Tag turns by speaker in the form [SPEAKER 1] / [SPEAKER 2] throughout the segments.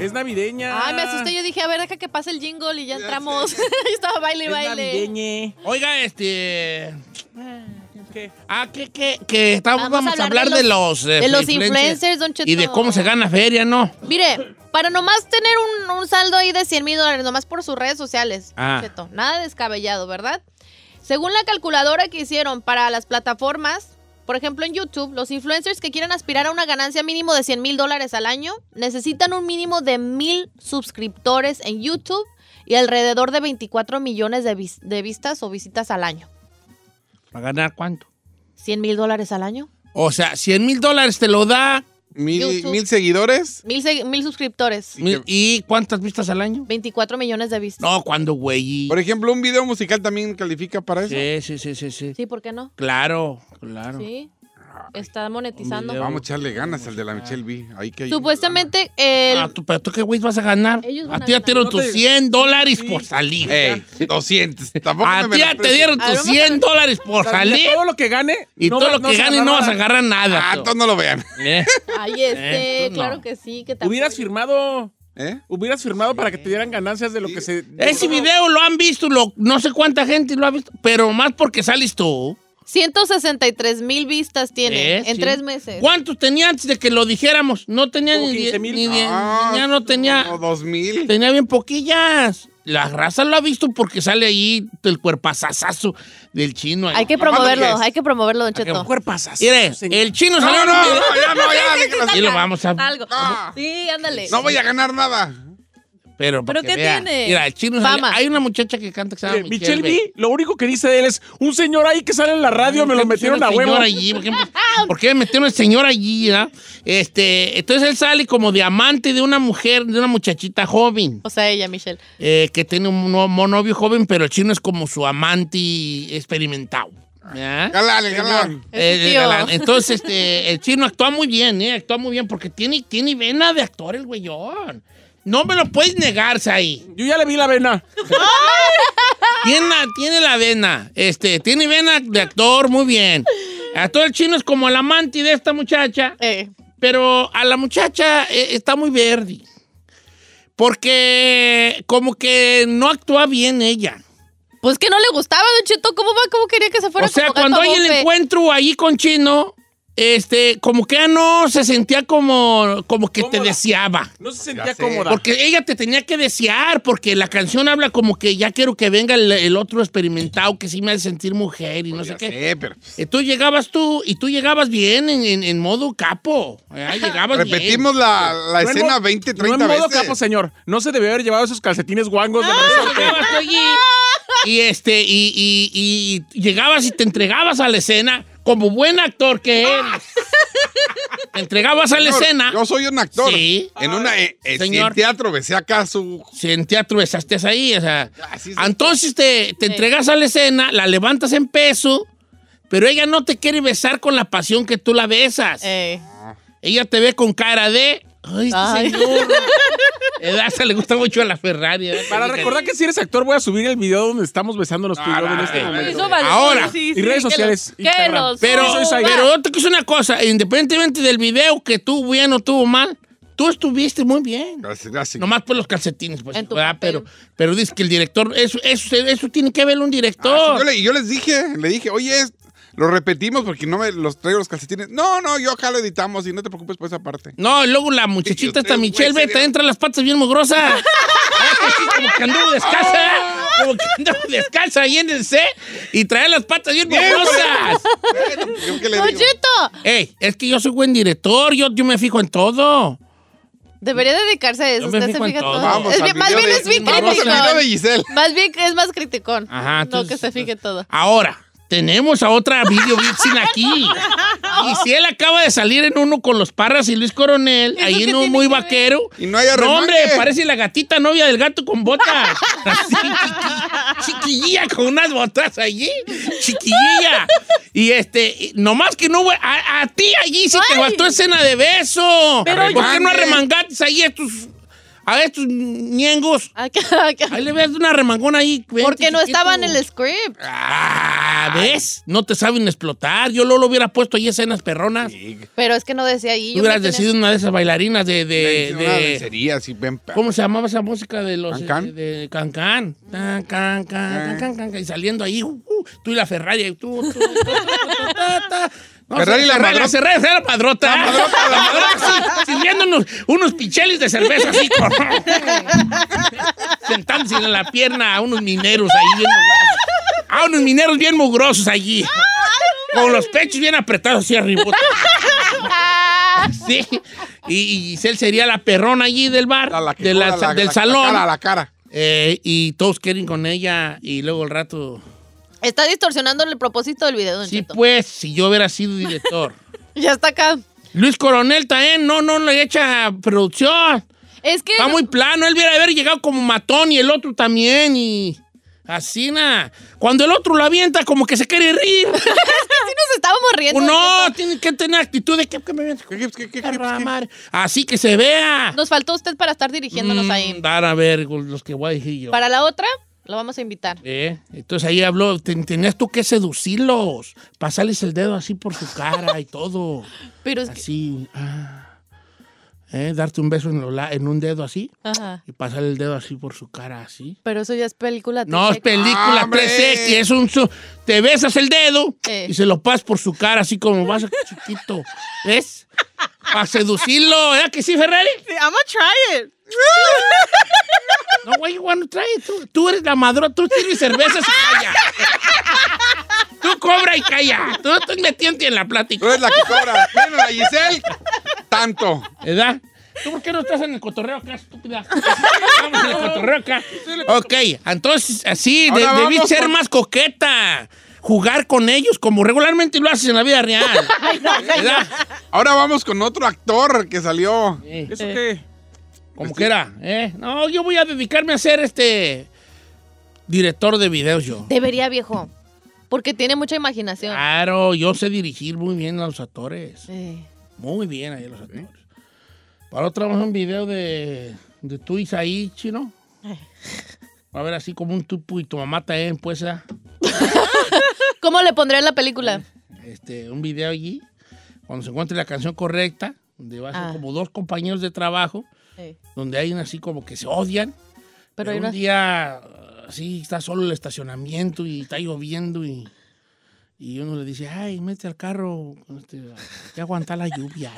[SPEAKER 1] Es navideña.
[SPEAKER 2] Ay, me asusté. Yo dije, a ver, deja que pase el jingle y ya entramos. Yo estaba baile y
[SPEAKER 1] Es
[SPEAKER 2] baile.
[SPEAKER 1] navideña.
[SPEAKER 3] Oiga, este.
[SPEAKER 1] ¿Qué?
[SPEAKER 3] Ah, que, que, que estamos,
[SPEAKER 2] Vamos
[SPEAKER 3] vamos,
[SPEAKER 2] a
[SPEAKER 3] a
[SPEAKER 2] hablar
[SPEAKER 3] hablar
[SPEAKER 2] de
[SPEAKER 3] de los, eh,
[SPEAKER 2] de los influencers, Don Cheto.
[SPEAKER 3] Y de cómo se gana feria, ¿no?
[SPEAKER 2] Mire, para nomás tener un, un saldo ahí de 100 mil dólares, nomás por sus redes sociales,
[SPEAKER 3] Ah.
[SPEAKER 2] Cheto. Nada descabellado, ¿verdad? Según la calculadora que hicieron para las plataformas, por ejemplo en YouTube, los influencers que quieran aspirar a una ganancia mínimo de 100 mil dólares al año necesitan un mínimo de mil suscriptores en YouTube y alrededor de 24 millones de, vis- de vistas o visitas al año.
[SPEAKER 3] ¿Para ganar cuánto?
[SPEAKER 2] 100 mil dólares al año.
[SPEAKER 3] O sea, 100 mil dólares te lo da.
[SPEAKER 4] Mil,
[SPEAKER 2] YouTube.
[SPEAKER 4] mil seguidores.
[SPEAKER 2] Mil, segu- mil suscriptores.
[SPEAKER 3] mil- ¿Y cuántas vistas al año?
[SPEAKER 2] 24 millones de vistas.
[SPEAKER 3] No, cuando, güey.
[SPEAKER 4] Por ejemplo, un video musical también califica para eso.
[SPEAKER 3] Sí, sí, sí, sí, sí.
[SPEAKER 2] Sí, ¿por qué no?
[SPEAKER 3] Claro, claro.
[SPEAKER 2] Sí. Está monetizando.
[SPEAKER 3] video.
[SPEAKER 4] Vamos a echarle ganas al de la Michelle B. Ahí que hay-
[SPEAKER 2] Supuestamente el...
[SPEAKER 3] Ah, tú- pero tú qué güey vas a ganar.
[SPEAKER 2] Ellos van
[SPEAKER 3] a
[SPEAKER 2] a
[SPEAKER 3] ti ya
[SPEAKER 2] ganar.
[SPEAKER 3] te dieron
[SPEAKER 1] No
[SPEAKER 3] tus
[SPEAKER 1] te-
[SPEAKER 3] 100 dólares por salir.
[SPEAKER 4] Ey, 200. Tampoco
[SPEAKER 3] a
[SPEAKER 4] me
[SPEAKER 3] ti ya te
[SPEAKER 4] menosprecies.
[SPEAKER 3] dieron
[SPEAKER 2] A ver,
[SPEAKER 3] tus
[SPEAKER 2] vamos a
[SPEAKER 3] 100
[SPEAKER 2] ver.
[SPEAKER 3] dólares por salir.
[SPEAKER 1] Todo lo que gane.
[SPEAKER 3] Y todo
[SPEAKER 1] va-
[SPEAKER 3] lo que
[SPEAKER 1] se
[SPEAKER 3] gane
[SPEAKER 1] agarra
[SPEAKER 3] no vas a
[SPEAKER 1] nada.
[SPEAKER 3] agarrar nada.
[SPEAKER 4] Ah,
[SPEAKER 3] tú.
[SPEAKER 4] entonces no lo vean.
[SPEAKER 3] Eh,
[SPEAKER 2] Ahí este,
[SPEAKER 3] Eh, tú no.
[SPEAKER 2] claro que sí. Que tampoco-
[SPEAKER 1] Hubieras firmado.
[SPEAKER 4] ¿Eh?
[SPEAKER 1] Hubieras firmado para que te dieran ganancias de lo que se.
[SPEAKER 3] Ese video lo han visto, lo, no sé cuánta gente lo ha visto, pero más porque sales tú.
[SPEAKER 2] 163 mil vistas tiene
[SPEAKER 3] Eh,
[SPEAKER 2] en
[SPEAKER 3] sí.
[SPEAKER 2] tres meses.
[SPEAKER 3] ¿Cuántos tenía antes de que lo dijéramos? No tenía
[SPEAKER 1] Como
[SPEAKER 3] ni,
[SPEAKER 1] 15
[SPEAKER 3] die-
[SPEAKER 1] mil.
[SPEAKER 3] ni die-
[SPEAKER 4] Ah,
[SPEAKER 3] ya no tenía,
[SPEAKER 4] O 2000.
[SPEAKER 3] tenía bien poquillas. La raza lo ha visto porque sale ahí el cuerpazazazo del chino. ahí.
[SPEAKER 2] Hay que
[SPEAKER 4] ¿Cuánto
[SPEAKER 2] promoverlo,
[SPEAKER 4] que es?
[SPEAKER 2] hay que promoverlo, Don
[SPEAKER 3] Para Ah, que
[SPEAKER 2] Cheto.
[SPEAKER 1] Cuerpazas.
[SPEAKER 3] Mire,
[SPEAKER 1] Señor.
[SPEAKER 3] el chino
[SPEAKER 4] No,
[SPEAKER 3] sale
[SPEAKER 4] no,
[SPEAKER 3] en
[SPEAKER 4] no,
[SPEAKER 3] un video-
[SPEAKER 4] ya no, ya. déjala.
[SPEAKER 3] Y lo vamos a...
[SPEAKER 2] Algo.
[SPEAKER 4] Ah.
[SPEAKER 2] Sí, ándale.
[SPEAKER 4] No voy a ganar nada.
[SPEAKER 3] Pero, para
[SPEAKER 2] ¿Pero
[SPEAKER 3] que
[SPEAKER 2] qué
[SPEAKER 3] vea.
[SPEAKER 2] tiene?
[SPEAKER 3] Mira, el chino sale-
[SPEAKER 2] Fama.
[SPEAKER 3] Hay una muchacha que canta que se llama
[SPEAKER 1] Mire, Michelle
[SPEAKER 3] Michelle
[SPEAKER 1] B, lo único que dice él es un señor ahí que sale en la radio, me lo metieron a huevo.
[SPEAKER 3] Señor allí, ¿por, qué, por qué me metieron el señor allí? ah? Este, entonces él sale como de amante de una mujer, de una muchachita joven,
[SPEAKER 2] O sea, ella, Michelle.
[SPEAKER 3] eh, que tiene un no- un novio joven, pero el chino es como su amante experimentado. ¿ah?
[SPEAKER 4] Galán, el galán.
[SPEAKER 2] Es
[SPEAKER 3] Eh,
[SPEAKER 2] un tío.
[SPEAKER 3] galán. Entonces, este, el chino actúa muy bien, ¿eh? Actúa muy bien porque tiene, tiene vena de actor el güeyón. No me lo puedes negarse ahí.
[SPEAKER 1] Yo ya le vi la vena.
[SPEAKER 3] Tiene la, tiene la vena, este, tiene vena de actor, muy bien. A todo el chino es como el amante de esta muchacha,
[SPEAKER 2] Eh,
[SPEAKER 3] pero a la muchacha eh, está muy verde. Porque como que no actúa bien ella.
[SPEAKER 2] pues que no le gustaba, Don Cheto. ¿Cómo va? ¿Cómo quería que se fuera
[SPEAKER 3] o sea,
[SPEAKER 2] como gato
[SPEAKER 3] cuando
[SPEAKER 2] a
[SPEAKER 3] hay el
[SPEAKER 2] bofe?
[SPEAKER 3] encuentro ahí con Chino, este, como que ella no se sentía como, como que te
[SPEAKER 1] Cómoda.
[SPEAKER 3] deseaba.
[SPEAKER 1] No se sentía
[SPEAKER 4] Ya sé.
[SPEAKER 1] cómoda.
[SPEAKER 3] Porque ella te tenía que desear, porque la canción habla como que ya quiero que venga el, el otro experimentado que sí me hace sentir mujer y no sé
[SPEAKER 4] Ya
[SPEAKER 3] qué.
[SPEAKER 4] sé, pero pues,
[SPEAKER 3] Entonces llegabas tú y tú llegabas bien en, en- en modo capo. Ya, llegabas bien.
[SPEAKER 4] repetimos la, la
[SPEAKER 1] No en
[SPEAKER 4] escena
[SPEAKER 1] mo-
[SPEAKER 4] 20, 30
[SPEAKER 1] No en modo
[SPEAKER 4] veces.
[SPEAKER 1] capo, señor. No se debió haber llevado esos calcetines guangos
[SPEAKER 2] Ah.
[SPEAKER 1] del resorte.
[SPEAKER 3] Llegabas tú allí y este y, y- y llegabas y te entregabas a la escena como buen actor que eres. te entregabas a la
[SPEAKER 4] Señor,
[SPEAKER 3] escena.
[SPEAKER 4] Yo soy un actor.
[SPEAKER 3] Sí.
[SPEAKER 4] En una eh, eh, sí,
[SPEAKER 3] Señor.
[SPEAKER 4] en teatro besé acá su
[SPEAKER 3] Si en teatro besaste ahí, o sea.
[SPEAKER 4] Así es.
[SPEAKER 3] Entonces te, te entregas a la escena, la levantas en peso, pero ella no te quiere besar con la pasión que tú la besas.
[SPEAKER 2] Eh,
[SPEAKER 3] Ella te ve con cara de. ¡Ay, este
[SPEAKER 2] Ay.
[SPEAKER 3] señor! Edad, se le gusta mucho a la Ferrari. ¿verdad?
[SPEAKER 1] Para
[SPEAKER 3] Fíjate.
[SPEAKER 1] recordar que si eres actor, voy a subir el video donde estamos besándonos tú y yo en
[SPEAKER 3] Ah,
[SPEAKER 1] este
[SPEAKER 3] eh,
[SPEAKER 1] momento.
[SPEAKER 2] eso vale.
[SPEAKER 3] Ahora,
[SPEAKER 2] Sí, sí,
[SPEAKER 1] y redes
[SPEAKER 2] que lo-
[SPEAKER 1] sociales,
[SPEAKER 2] Que
[SPEAKER 1] Instagram.
[SPEAKER 2] los
[SPEAKER 3] Pero,
[SPEAKER 1] Sí, soy Said.
[SPEAKER 3] pero yo te quiero una cosa, independientemente del video que tú bien o tuvo mal, tú estuviste muy bien.
[SPEAKER 4] Gracias, gracias.
[SPEAKER 3] Nomás por los calcetines, pues.
[SPEAKER 2] En tu
[SPEAKER 3] ¿verdad?
[SPEAKER 2] papel.
[SPEAKER 3] Pero, pero dices que el director, eso, eso, eso tiene que ver un
[SPEAKER 4] Ah, sí,
[SPEAKER 3] director.
[SPEAKER 4] yo, le- yo les dije, le dije, oye, es- lo repetimos porque no me los traigo los calcetines. No, no, yo acá lo editamos y no te preocupes por esa parte.
[SPEAKER 3] No, y luego la
[SPEAKER 4] Sí,
[SPEAKER 3] muchachita
[SPEAKER 4] usted,
[SPEAKER 3] esta
[SPEAKER 4] güey,
[SPEAKER 3] Michelle
[SPEAKER 4] sería-
[SPEAKER 3] Beta entra las patas bien mugrosas. Así como que anduvo descalza, ¿eh? como que anduvo descalza ahí en el C y trae las patas bien
[SPEAKER 4] Bien,
[SPEAKER 3] mugrosas.
[SPEAKER 4] Bueno, yo qué le
[SPEAKER 2] Don
[SPEAKER 4] digo.
[SPEAKER 2] Cheto,
[SPEAKER 3] Ey, es que yo soy buen director, yo, yo me fijo en todo.
[SPEAKER 2] debería dedicarse a eso.
[SPEAKER 3] Yo me
[SPEAKER 2] Usted se
[SPEAKER 3] fijo en
[SPEAKER 2] fija
[SPEAKER 3] todo.
[SPEAKER 2] todo.
[SPEAKER 4] Vamos
[SPEAKER 2] Es
[SPEAKER 4] al
[SPEAKER 2] bien- más
[SPEAKER 4] video
[SPEAKER 2] bien
[SPEAKER 4] de-
[SPEAKER 2] es bien
[SPEAKER 4] vamos al
[SPEAKER 2] crítico.
[SPEAKER 4] video de Giselle.
[SPEAKER 2] Más bien que es más criticón.
[SPEAKER 3] Ajá,
[SPEAKER 2] No,
[SPEAKER 3] entonces-
[SPEAKER 2] que se fije todo.
[SPEAKER 3] Ahora, Tenemos a otra video vixen aquí. Y si él acaba de salir en uno con los Parras y Luis Coronel,
[SPEAKER 2] ¿Eso
[SPEAKER 3] ahí
[SPEAKER 2] qué
[SPEAKER 3] en un
[SPEAKER 2] tiene
[SPEAKER 3] muy
[SPEAKER 2] que ver?
[SPEAKER 3] vaquero.
[SPEAKER 4] Y no hay
[SPEAKER 3] No,
[SPEAKER 4] arremangue.
[SPEAKER 3] hombre, parece la gatita novia del gato con botas. Así, chiqui- chiquillilla con unas botas allí. Chiquillilla. Y este, y nomás que no, güey, a, a ti allí sí te
[SPEAKER 2] Ay.
[SPEAKER 3] bastó escena de beso.
[SPEAKER 4] Pero
[SPEAKER 3] ¿Por qué no
[SPEAKER 4] Arremangue.
[SPEAKER 3] arremangates ahí a estos, a estos ñengos?
[SPEAKER 2] Acá, acá.
[SPEAKER 3] Ahí le ves una remangona ahí. vente,
[SPEAKER 2] Porque no
[SPEAKER 3] chiquito.
[SPEAKER 2] estaba en el script.
[SPEAKER 3] Ah, ¿ves? No te saben explotar. Yo lo, lo hubiera puesto ahí escenas perronas.
[SPEAKER 2] Pero es que no decía ahí.
[SPEAKER 3] Tú
[SPEAKER 2] yo me
[SPEAKER 3] hubieras
[SPEAKER 2] tenía-
[SPEAKER 3] decidido una de esas bailarinas de... de,
[SPEAKER 4] Una
[SPEAKER 3] de-
[SPEAKER 4] lencería, así, ven, pa-
[SPEAKER 3] ¿Cómo se llamaba esa música de los... eh,
[SPEAKER 4] ¿Cancán?
[SPEAKER 3] De, de Cancán. Tan, can, can,
[SPEAKER 4] Eh.
[SPEAKER 3] can, can, can, can. y saliendo ahí, uh, uh, tú y la Ferrari. y Tú, tú, tú, tú, tú, tú, ta, ta. No,
[SPEAKER 4] Ferrari y la
[SPEAKER 3] Ferrari,
[SPEAKER 4] madrota.
[SPEAKER 3] Ferrari, Ferrari, la padrota. La
[SPEAKER 4] madrota, la
[SPEAKER 3] madrota, sí, sirviendo unos, unos picheles de cerveza así. con- Sentándose en la pierna a unos mineros ahí. bien mugrosos. a unos mineros bien mugrosos allí. Con los pechos bien apretados hacia arriba. Sí. Y, y Giselle sería la perrona allí del bar,
[SPEAKER 4] a la que
[SPEAKER 3] de la-
[SPEAKER 4] cobra la-
[SPEAKER 3] del
[SPEAKER 4] la
[SPEAKER 3] salón.
[SPEAKER 4] cara, a la cara.
[SPEAKER 3] Eh, y todos quieren con ella y luego el rato...
[SPEAKER 2] Está distorsionando el propósito del video, don
[SPEAKER 3] Sí,
[SPEAKER 2] Cheto.
[SPEAKER 3] pues, si yo hubiera sido director.
[SPEAKER 2] Ya está acá.
[SPEAKER 3] Luis Coronel también, no, no le echa producción.
[SPEAKER 2] Es que.
[SPEAKER 3] Está muy plano, él hubiera haber llegado como matón y el otro también y... Así na. Cuando el otro lo avienta, como que se quiere reír. Pues
[SPEAKER 2] Sí nos estábamos riendo. don
[SPEAKER 3] no,
[SPEAKER 2] Cheto.
[SPEAKER 3] tiene que tener actitud de que, que me avienta.
[SPEAKER 4] ¿Qué, qué, qué, qué, qué,
[SPEAKER 3] Perra
[SPEAKER 4] qué?
[SPEAKER 3] madre. Así que se vea.
[SPEAKER 2] Nos faltó usted para estar dirigiéndonos
[SPEAKER 3] Mm,
[SPEAKER 2] ahí.
[SPEAKER 3] Dar a ver los que voy a decir yo.
[SPEAKER 2] Para la otra, lo vamos a invitar.
[SPEAKER 3] Eh, Entonces ahí habló, ten- tenías tú que seducirlos, pasarles el dedo así por su cara y todo,
[SPEAKER 2] Pero es que.
[SPEAKER 3] así, ah. Eh, darte un beso en, lo la- en un dedo así
[SPEAKER 2] Ajá.
[SPEAKER 3] y pasar el dedo así por su cara así.
[SPEAKER 2] Pero eso ya es película.
[SPEAKER 3] No, es
[SPEAKER 2] tristes.
[SPEAKER 3] película
[SPEAKER 4] ¡Hombre!
[SPEAKER 3] 3X, es un... su- Te besas el dedo
[SPEAKER 2] Eh.
[SPEAKER 3] y se lo pasas por su cara así como vas chiquito, ¿ves? Para seducirlo, ¿eh? que sí, Ferrari?
[SPEAKER 2] I'm gonna try it.
[SPEAKER 3] No, güey, güey, no trae. Tú, tú eres la madrota, tú tienes cervezas y calla. Tú cobra y calla. Tú estás metiéndote en la
[SPEAKER 4] Tú
[SPEAKER 3] plática,
[SPEAKER 4] eres la que cobra. Miren a Giselle. Tanto.
[SPEAKER 3] ¿verdad? ¿Tú por qué no estás en el cotorreo acá, estúpida? Estamos en el cotorreo acá. Ok, entonces, así, de,
[SPEAKER 4] Ahora
[SPEAKER 3] debí
[SPEAKER 4] vamos
[SPEAKER 3] ser
[SPEAKER 4] con-
[SPEAKER 3] más coqueta. Jugar con ellos como regularmente lo haces en la vida real. ¿Verdad?
[SPEAKER 4] Ahora vamos con otro actor que salió.
[SPEAKER 3] Sí.
[SPEAKER 4] ¿Eso qué? Este,
[SPEAKER 3] Como quiera, ¿eh? No, yo voy a dedicarme a ser este director de videos yo.
[SPEAKER 2] Debería, viejo. Porque tiene mucha imaginación.
[SPEAKER 3] Ah. Claro, yo sé dirigir muy bien a los actores.
[SPEAKER 2] Eh,
[SPEAKER 3] Muy bien ahí los actores. Para otra vamos a un video de, de tú Isaí, chino. Va a ver así como un tupo y tu mamá también, pues, ah,
[SPEAKER 2] ¿Cómo le pondré en la película?
[SPEAKER 3] este, un video allí. Cuando se encuentre la canción correcta, donde va a ser
[SPEAKER 2] Ah.
[SPEAKER 3] como dos compañeros de trabajo,
[SPEAKER 2] Eh,
[SPEAKER 3] donde hay una así como que se odian.
[SPEAKER 2] Pero
[SPEAKER 3] Pero
[SPEAKER 2] hay
[SPEAKER 3] un
[SPEAKER 2] una.
[SPEAKER 3] día ah, así está solo el estacionamiento y está lloviendo y, y uno le dice, ay, mete al carro, este, hay que aguantar la lluvia.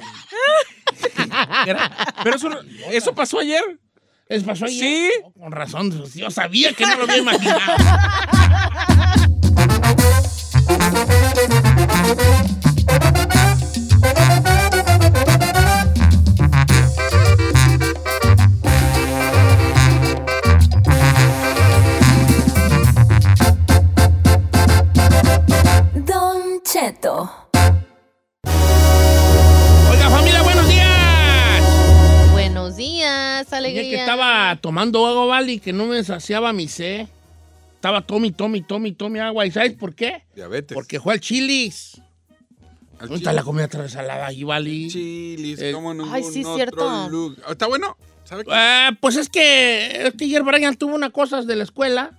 [SPEAKER 1] Pero eso, eso pasó ayer.
[SPEAKER 3] ¿Les pasó ayer?
[SPEAKER 1] Sí.
[SPEAKER 3] Oh, Con razón, yo sabía que no lo había imaginado.
[SPEAKER 5] Don Cheto.
[SPEAKER 3] Oiga, familia, buenos días.
[SPEAKER 2] Buenos días,
[SPEAKER 3] Oye,
[SPEAKER 2] alegría.
[SPEAKER 3] que estaba tomando agua, vale, y que no me saciaba mi sed. Estaba Tommy, Tommy, Tommy, Tommy agua. ¿Y sabes por qué?
[SPEAKER 4] Diabetes.
[SPEAKER 3] Porque fue al Chilis.
[SPEAKER 4] Al
[SPEAKER 3] ¿Dónde está la comida trasalada ahí, vale?
[SPEAKER 4] Chilis,
[SPEAKER 3] Eh,
[SPEAKER 4] como en un
[SPEAKER 2] Ay, sí, cierto.
[SPEAKER 4] ¿Está bueno? ¿Sabe qué?
[SPEAKER 3] Ah, pues es que, es que ayer Brian tuvo unas cosas de la escuela.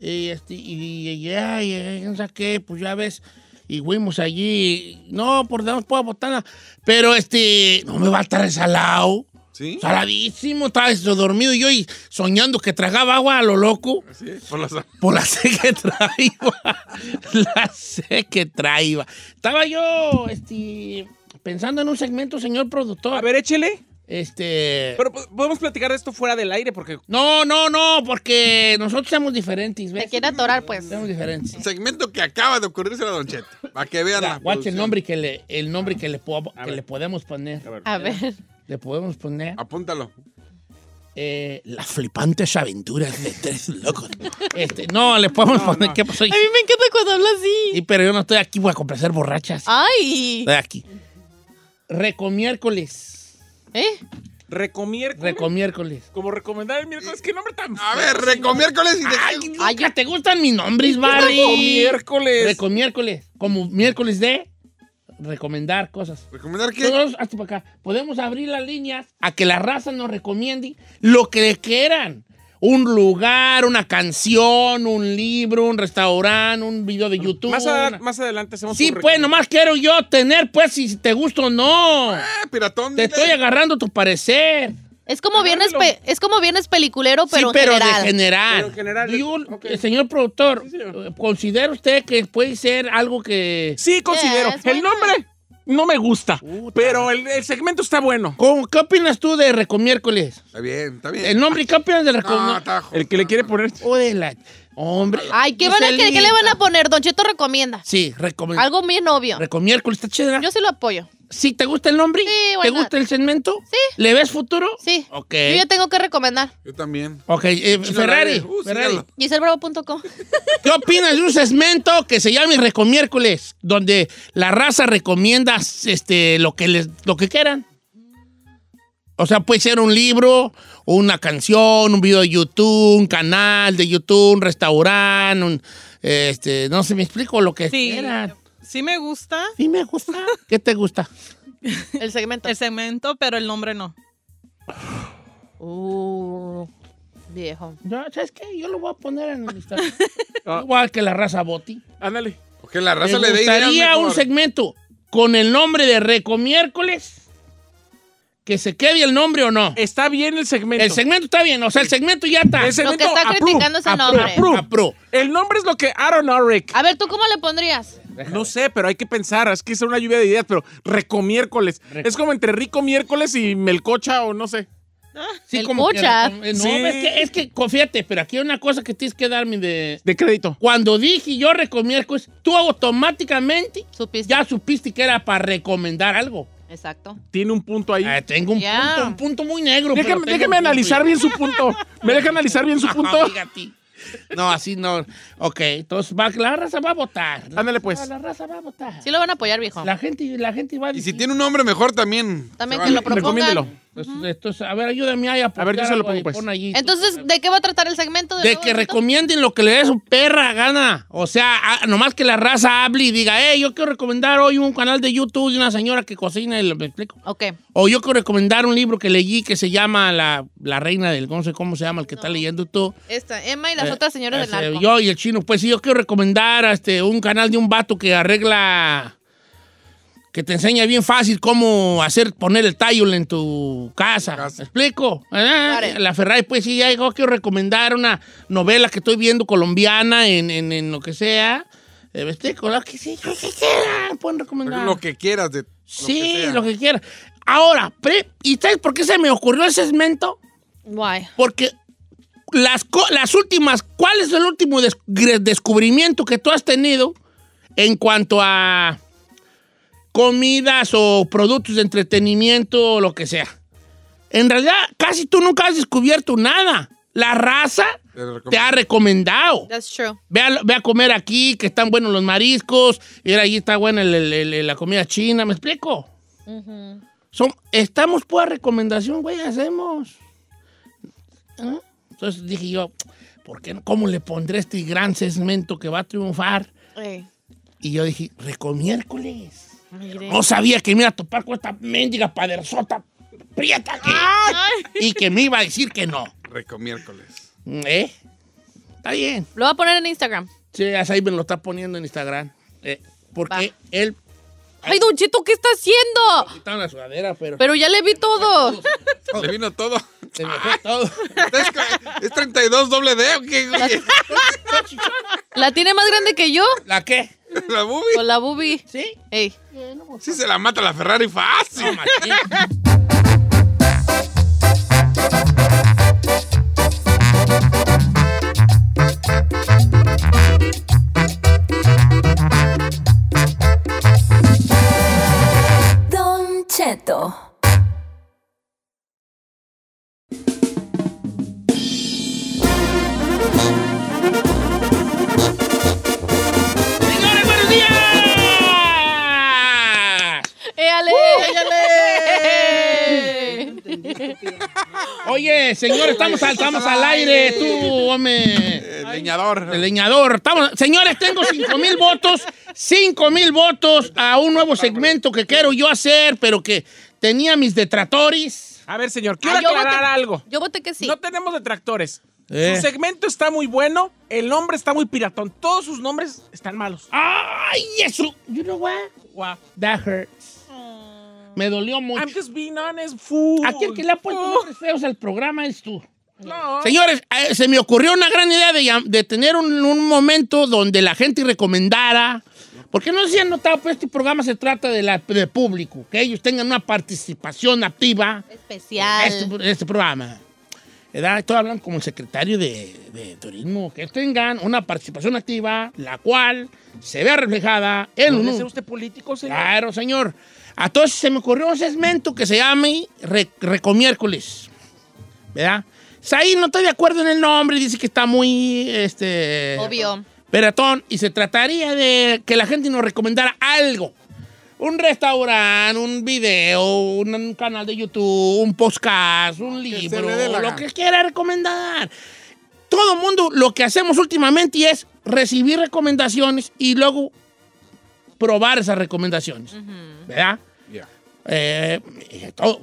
[SPEAKER 3] Y, este, y, y ya, y, eh, no sé qué, pues ya ves. Y fuimos allí. No, por damos puedo botana. Pero este, no me va a estar resalado.
[SPEAKER 4] ¿Sí?
[SPEAKER 3] Saladísimo, estaba eso, dormido yo y soñando que tragaba agua a lo loco
[SPEAKER 4] Sí, por las-
[SPEAKER 3] por la sed que traía. la sed que traía. Estaba yo este, pensando en un segmento, señor productor.
[SPEAKER 1] A ver, échele.
[SPEAKER 3] Este.
[SPEAKER 1] Pero po- podemos platicar de esto fuera del aire porque
[SPEAKER 3] No, no, no, porque nosotros somos diferentes. ¿ves?
[SPEAKER 2] Te quiere atorar, pues.
[SPEAKER 3] Somos diferentes.
[SPEAKER 4] Un segmento que acaba de ocurrirse a Don Cheto. Para que vean la.
[SPEAKER 3] Guacha el
[SPEAKER 4] producción.
[SPEAKER 3] nombre que le, el nombre que le, po- que
[SPEAKER 1] ver.
[SPEAKER 3] le podemos poner.
[SPEAKER 1] A ver.
[SPEAKER 2] A ver.
[SPEAKER 4] Ah.
[SPEAKER 3] Le podemos poner
[SPEAKER 4] Apúntalo.
[SPEAKER 3] eh, las flipantes aventuras de tres locos. Este, no, le podemos poner qué pasó.
[SPEAKER 2] A mí me encanta cuando habla así.
[SPEAKER 3] Y, pero yo no estoy aquí para complacer borrachas.
[SPEAKER 2] Ah. Ay.
[SPEAKER 3] Estoy aquí. Recomiércoles.
[SPEAKER 2] ¿Eh?
[SPEAKER 1] Recomiércoles.
[SPEAKER 3] Recomiércoles.
[SPEAKER 1] como recomendar el miércoles. ¿Qué nombre tan
[SPEAKER 4] A ver, recomiércoles y de-
[SPEAKER 3] Ay, nunca te gustan mis nombres, Barry.
[SPEAKER 1] miércoles.
[SPEAKER 3] Recomiércoles. Como miércoles de recomendar cosas.
[SPEAKER 4] ¿Recomendar qué?
[SPEAKER 3] Todos, hasta para acá. Podemos abrir las líneas a que la raza nos recomiende lo que le quieran. Un lugar, una canción, un libro, un restaurante, un video de YouTube.
[SPEAKER 1] más, a-
[SPEAKER 3] una-
[SPEAKER 1] más adelante hacemos
[SPEAKER 3] Sí,
[SPEAKER 1] tu
[SPEAKER 3] pues nomás quiero yo tener, pues, si te gusta o no.
[SPEAKER 4] Ah, piratón.
[SPEAKER 3] Te
[SPEAKER 4] dile.
[SPEAKER 3] estoy agarrando tu parecer.
[SPEAKER 2] Es como viernes pe- es como viernes peliculero, pero,
[SPEAKER 3] sí, pero
[SPEAKER 2] en general.
[SPEAKER 3] de general.
[SPEAKER 1] Pero en general,
[SPEAKER 3] Digo,
[SPEAKER 1] ok.
[SPEAKER 3] eh, señor productor,
[SPEAKER 1] Sí, señor.
[SPEAKER 3] eh, ¿considera usted que puede ser algo que...
[SPEAKER 1] Sí, considero.
[SPEAKER 2] es
[SPEAKER 1] el
[SPEAKER 2] buena.
[SPEAKER 1] nombre no me gusta,
[SPEAKER 3] Puta.
[SPEAKER 1] pero el, el segmento está bueno.
[SPEAKER 3] ¿Cómo- ¿Qué opinas tú de Recomiércoles?
[SPEAKER 4] Está bien, está bien.
[SPEAKER 3] El nombre, ¿y ¿qué opinas de
[SPEAKER 4] No,
[SPEAKER 3] Recomiércoles?
[SPEAKER 4] está jo-
[SPEAKER 1] El que le quiere poner.
[SPEAKER 3] O de la... Hombre.
[SPEAKER 2] Ay, ¿qué, van a- qué- qué le van a poner? Don Cheto recomienda.
[SPEAKER 3] Sí, Recomiércoles.
[SPEAKER 2] Algo bien obvio.
[SPEAKER 3] Recomiércoles, está chida.
[SPEAKER 2] Yo sí lo apoyo.
[SPEAKER 3] ¿Sí te gusta el nombre?
[SPEAKER 2] Sí,
[SPEAKER 3] ¿Te
[SPEAKER 2] why not?
[SPEAKER 3] gusta el segmento?
[SPEAKER 2] Sí.
[SPEAKER 3] ¿Le ves futuro?
[SPEAKER 2] Sí.
[SPEAKER 3] Ok.
[SPEAKER 2] Yo ya tengo que recomendar.
[SPEAKER 4] Yo también.
[SPEAKER 3] Ok, eh,
[SPEAKER 4] Chino
[SPEAKER 3] Ferrari,
[SPEAKER 4] Ferrari. Uh,
[SPEAKER 3] Ferrari.
[SPEAKER 4] sígalo.
[SPEAKER 2] GiselleBravo.com.
[SPEAKER 3] ¿Qué opinas de un segmento que se llama Recomiércoles? Donde la raza recomienda este, lo, que les, lo que quieran. O sea, puede ser un libro, una canción, un video de YouTube, un canal de YouTube, un restaurante, un, este, no sé, me explico lo que
[SPEAKER 6] Sí.
[SPEAKER 3] quieran.
[SPEAKER 6] Sí me gusta
[SPEAKER 3] Sí me gusta. ¿Qué te gusta?
[SPEAKER 2] El segmento.
[SPEAKER 6] el segmento, pero el nombre no.
[SPEAKER 2] Uh, viejo.
[SPEAKER 3] Yo, ¿Sabes qué? Yo lo voy a poner en el Instagram.
[SPEAKER 1] Ah.
[SPEAKER 3] Igual que la raza Boti.
[SPEAKER 1] Ándale.
[SPEAKER 4] O que la
[SPEAKER 3] ¿Te
[SPEAKER 4] raza le dé ideas
[SPEAKER 3] gustaría un
[SPEAKER 4] mejor.
[SPEAKER 3] segmento con el nombre de Recomiércoles? ¿Que se quede el nombre o no?
[SPEAKER 1] Está bien el segmento.
[SPEAKER 3] El segmento está bien, o sea, el segmento ya está.
[SPEAKER 1] El
[SPEAKER 2] Lo que
[SPEAKER 1] segmento,
[SPEAKER 2] está
[SPEAKER 1] approve,
[SPEAKER 2] criticando es el
[SPEAKER 1] approve,
[SPEAKER 2] nombre.
[SPEAKER 1] approve.
[SPEAKER 3] Apro.
[SPEAKER 1] El nombre es lo que I don't know, Rick.
[SPEAKER 2] A ver, ¿tú cómo le pondrías?
[SPEAKER 1] No sé, pero hay que pensar. Es que es una lluvia de ideas, pero recomiércoles.
[SPEAKER 3] Reco-
[SPEAKER 1] Es como entre rico miércoles y melcocha o no sé.
[SPEAKER 3] Sí,
[SPEAKER 2] El
[SPEAKER 3] como que
[SPEAKER 2] Cocha.
[SPEAKER 3] recom- eh, no,
[SPEAKER 1] Sí.
[SPEAKER 3] es que, es que, confíate, pero aquí hay una cosa que tienes que darme de...
[SPEAKER 1] De crédito.
[SPEAKER 3] Cuando dije yo recomiércoles, tú automáticamente
[SPEAKER 2] Supiste.
[SPEAKER 3] ya supiste que era para recomendar algo.
[SPEAKER 2] Exacto.
[SPEAKER 1] Tiene un punto ahí.
[SPEAKER 3] Ah, tengo un,
[SPEAKER 2] Ya.
[SPEAKER 3] punto, un punto muy negro. pero
[SPEAKER 1] Déjame,
[SPEAKER 3] tengo
[SPEAKER 1] déjame
[SPEAKER 3] un punto
[SPEAKER 1] analizar
[SPEAKER 3] ahí.
[SPEAKER 1] bien su punto. ¿Me deja analizar bien su punto?
[SPEAKER 3] Ah, fíjate. No, así no. Ok, entonces va- la raza va a votar. La
[SPEAKER 1] Ándale,
[SPEAKER 3] raza-
[SPEAKER 1] pues.
[SPEAKER 3] La raza va a votar.
[SPEAKER 2] Sí lo van a apoyar, viejo.
[SPEAKER 3] La gente, la gente va a
[SPEAKER 4] Y
[SPEAKER 3] decir.
[SPEAKER 4] si tiene un nombre mejor también.
[SPEAKER 2] También
[SPEAKER 3] Ah,
[SPEAKER 4] se
[SPEAKER 2] que lo
[SPEAKER 4] vale.
[SPEAKER 2] propongan.
[SPEAKER 1] Recomiéndelo.
[SPEAKER 3] Pues, entonces, a ver, ayúdame ahí a
[SPEAKER 1] A ver, yo se lo
[SPEAKER 3] algo ahí,
[SPEAKER 1] pongo, pues.
[SPEAKER 3] pon allí.
[SPEAKER 2] Entonces, ¿de qué va a tratar el segmento?
[SPEAKER 3] de
[SPEAKER 2] nuevo,
[SPEAKER 3] que
[SPEAKER 2] Don Cheto?
[SPEAKER 3] recomienden lo que le dé su perra gana. O sea, ah, nomás que la raza hable y diga, hey, yo quiero recomendar hoy un canal de YouTube de una señora que cocina y lo me explico.
[SPEAKER 2] Ok.
[SPEAKER 3] O yo quiero recomendar un libro que leí que se llama La, la Reina del no sé cómo se llama, el que está leyendo tú.
[SPEAKER 2] Esta, Emma y las
[SPEAKER 3] Eh,
[SPEAKER 2] otras señoras del
[SPEAKER 3] este,
[SPEAKER 2] narco.
[SPEAKER 3] Yo y el chino, pues sí, yo quiero recomendar este, un canal de un vato que arregla, que te enseña bien fácil cómo hacer, poner el tile en tu casa. ¿Me
[SPEAKER 4] casa.
[SPEAKER 3] explico? Ah,
[SPEAKER 2] Claro.
[SPEAKER 3] La Ferrari, pues sí, ya yo quiero recomendar una novela que estoy viendo colombiana en, en- en lo que sea. Eh, ¿Me explico? Lo que sea, lo que quieran, pueden recomendar.
[SPEAKER 4] Lo que quieras de.
[SPEAKER 3] sí,
[SPEAKER 4] sea.
[SPEAKER 3] lo que quieran. Ahora, pre- ¿y sabes por qué se me ocurrió el segmento?
[SPEAKER 2] Guay.
[SPEAKER 3] Porque las, co- las últimas, ¿cuál es el último des- gre- descubrimiento que tú has tenido en cuanto a comidas o productos de entretenimiento o lo que sea? En realidad, casi tú nunca has descubierto nada. La raza
[SPEAKER 4] Te lo recomiendo.
[SPEAKER 3] te ha recomendado.
[SPEAKER 2] That's true.
[SPEAKER 3] Ve a, ve a comer aquí, que están buenos los mariscos. Y allí está buena el- el- el- la comida china. ¿Me explico? Son, estamos por recomendación, güey, hacemos. ¿Ah? Entonces dije yo, ¿por qué no? ¿Cómo le pondré este gran segmento que va a triunfar?
[SPEAKER 2] Ey,
[SPEAKER 3] Y yo dije, recomiércoles.
[SPEAKER 2] mire.
[SPEAKER 3] No sabía que me iba a topar con esta mendiga paderzota prieta que- y que me iba a decir que no.
[SPEAKER 4] Recomiércoles.
[SPEAKER 3] ¿Eh? Está bien.
[SPEAKER 2] Lo voy a poner en Instagram.
[SPEAKER 3] Sí, hasta ahí me lo está poniendo en Instagram. Eh, porque
[SPEAKER 2] Va.
[SPEAKER 3] él
[SPEAKER 2] Ay, Don Cheto, ¿qué está haciendo?
[SPEAKER 3] quitaba la sudadera, pero
[SPEAKER 2] Pero ya le vi todo.
[SPEAKER 4] Le vino todo.
[SPEAKER 3] se me fue todo.
[SPEAKER 4] ¿Es, es 32 doble D o qué, güey?
[SPEAKER 2] ¿La tiene más grande que yo?
[SPEAKER 3] ¿La qué?
[SPEAKER 4] La movie.
[SPEAKER 2] Con la boobie.
[SPEAKER 3] ¿Sí?
[SPEAKER 2] Ey.
[SPEAKER 4] Sí se la mata la Ferrari fácil.
[SPEAKER 3] No, machín.
[SPEAKER 5] Don Cheto.
[SPEAKER 2] Ale!
[SPEAKER 3] Oye, señor, estamos al, estamos al aire, tú, hombre.
[SPEAKER 4] El leñador.
[SPEAKER 3] El leñador. Estamos, señores, tengo cinco mil votos, cinco mil votos a un nuevo segmento que quiero yo hacer, pero que tenía mis detractores.
[SPEAKER 1] A ver, señor, quiero
[SPEAKER 2] Ah, yo
[SPEAKER 1] aclarar
[SPEAKER 2] voté-
[SPEAKER 1] algo.
[SPEAKER 2] Yo voté que sí.
[SPEAKER 1] No tenemos detractores.
[SPEAKER 3] Eh.
[SPEAKER 1] Su segmento está muy bueno, el nombre está muy piratón. Todos sus nombres están malos.
[SPEAKER 3] Ah, ¡Ay, eso! You know what?
[SPEAKER 1] Wow.
[SPEAKER 3] That hurts. Me dolió
[SPEAKER 1] I'm Oh.
[SPEAKER 3] mucho.
[SPEAKER 1] just being honest, fool.
[SPEAKER 3] Aquel que le ha puesto nombres feos al programa es tú.
[SPEAKER 1] No.
[SPEAKER 3] Señores, eh, se me ocurrió una gran idea de, llam- de tener un, un momento donde la gente recomendara. Porque no sé si han notado, pero este programa se trata de, la, de público, que ellos tengan una participación activa en este,
[SPEAKER 2] Especial.
[SPEAKER 3] en este programa. ¿Verdad? Estoy hablando como el secretario de, de turismo, que tengan una participación activa, la cual se vea reflejada en
[SPEAKER 1] ¿Puede
[SPEAKER 3] un-
[SPEAKER 1] ser usted político, señor?
[SPEAKER 3] Claro, señor. A todos se me ocurrió un segmento que se llame Re- Recomiércoles. ¿Verdad? Saí no está de acuerdo en el nombre, dice que está muy, este...
[SPEAKER 2] Obvio.
[SPEAKER 3] Peratón, y se trataría de que la gente nos recomendara algo. Un restaurante, un video, un, un canal de YouTube, un podcast, un
[SPEAKER 4] se
[SPEAKER 3] libro,
[SPEAKER 4] le dé la
[SPEAKER 3] lo
[SPEAKER 4] gana.
[SPEAKER 3] que quiera recomendar. Todo mundo lo que hacemos últimamente es recibir recomendaciones y luego probar esas recomendaciones. ¿Verdad?
[SPEAKER 4] Ya.
[SPEAKER 3] Eh, eh, todo-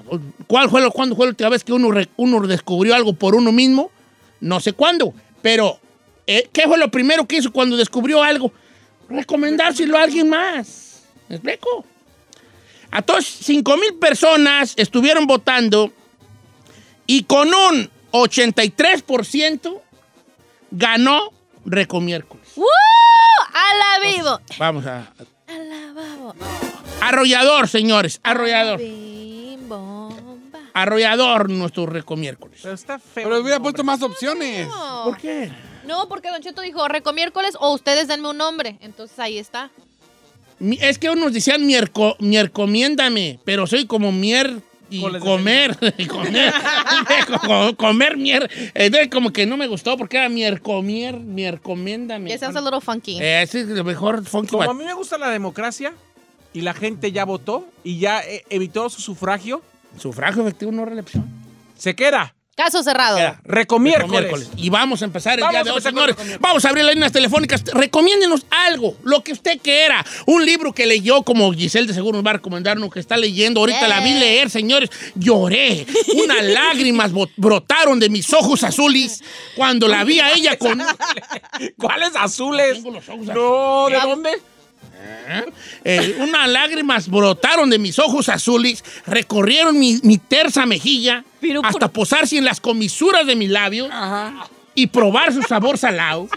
[SPEAKER 3] ¿Cuál fue, lo- cuándo fue la última vez que uno, re- uno descubrió algo por uno mismo? No sé cuándo, pero eh, ¿qué fue lo primero que hizo cuando descubrió algo? Recomendárselo a alguien más. ¿Me explico? A todos, 5 mil personas estuvieron votando y con un 83% ganó Recomiércoles.
[SPEAKER 2] ¡Woo! ¡A
[SPEAKER 3] Pues,
[SPEAKER 2] la vivo!
[SPEAKER 3] Vamos a...
[SPEAKER 2] ¡A la babo!
[SPEAKER 3] Arrollador, señores, arrollador.
[SPEAKER 2] Bim, bomba.
[SPEAKER 3] Arrollador nuestro Recomiércoles.
[SPEAKER 1] Pero está feo.
[SPEAKER 4] Pero le hubiera
[SPEAKER 1] el
[SPEAKER 4] puesto
[SPEAKER 1] nombre.
[SPEAKER 4] más opciones.
[SPEAKER 3] ¿Por qué?
[SPEAKER 2] No, porque Don Cheto dijo recomiércoles o ustedes denme un nombre. Entonces ahí está.
[SPEAKER 3] Mi- Es que unos decían mierco, miercomiéndame, pero soy como mier y
[SPEAKER 1] Coles de
[SPEAKER 3] comer, y comer, co- comer mier. Entonces como que no me gustó porque era miercomier, miercomiéndame.
[SPEAKER 2] Ya se hace a little funky.
[SPEAKER 3] Eh, Ese es lo mejor funky
[SPEAKER 1] Como a
[SPEAKER 3] bat-
[SPEAKER 1] mí me gusta la democracia y la gente ya votó y ya eh, evitó su sufragio,
[SPEAKER 3] Sufragio efectivo, no reelección.
[SPEAKER 1] se queda.
[SPEAKER 2] Caso cerrado.
[SPEAKER 3] Era
[SPEAKER 1] Recomiércoles.
[SPEAKER 3] Y vamos a empezar el
[SPEAKER 1] Vamos
[SPEAKER 3] día
[SPEAKER 1] a
[SPEAKER 3] de hoy,
[SPEAKER 1] empezar con
[SPEAKER 3] señores.
[SPEAKER 1] recomiércoles.
[SPEAKER 3] Vamos a abrir las líneas telefónicas. Recomiéndenos algo, lo que usted quiera. Un libro que leyó, como Giselle de seguro nos va a recomendar, uno que está leyendo. Ahorita
[SPEAKER 2] Yeah.
[SPEAKER 3] la vi leer, señores. Lloré. Unas lágrimas bot- brotaron de mis ojos azules cuando la vi a ella con...
[SPEAKER 1] ¿Cuáles azules?
[SPEAKER 3] Tengo los ojos
[SPEAKER 1] No, ¿de
[SPEAKER 2] Ah.
[SPEAKER 1] dónde?
[SPEAKER 3] Eh, unas lágrimas brotaron de mis ojos azules, recorrieron mi, mi tersa mejilla
[SPEAKER 2] Pero por-
[SPEAKER 3] hasta posarse en las comisuras de mis labios
[SPEAKER 4] Ajá.
[SPEAKER 3] y probar su sabor salado.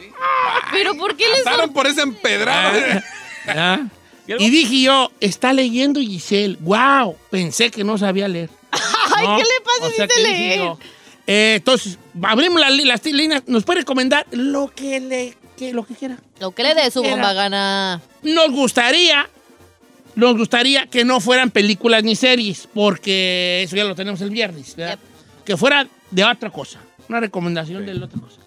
[SPEAKER 2] Pero ¿por qué les
[SPEAKER 4] Pasaron por esa
[SPEAKER 3] Eh.
[SPEAKER 4] empedrada.
[SPEAKER 3] ¿Ah? Y dije yo, está leyendo Giselle. ¡Wow! Pensé que no sabía leer.
[SPEAKER 2] Ay,
[SPEAKER 3] No,
[SPEAKER 2] ¿qué le pasa
[SPEAKER 3] o sea
[SPEAKER 2] si
[SPEAKER 3] que
[SPEAKER 2] se
[SPEAKER 3] dije
[SPEAKER 2] lee?
[SPEAKER 3] yo, eh, entonces, abrimos las, li- las ti- líneas. ¿Nos puede recomendar lo que le que- lo que quiera?
[SPEAKER 2] Lo que le dé su
[SPEAKER 3] Era.
[SPEAKER 2] bomba gana.
[SPEAKER 3] Nos gustaría, nos gustaría que no fueran películas ni series, porque eso ya lo tenemos el viernes. ¿verdad? Que fuera de otra cosa. Una recomendación
[SPEAKER 4] Sí.
[SPEAKER 3] de la otra cosa.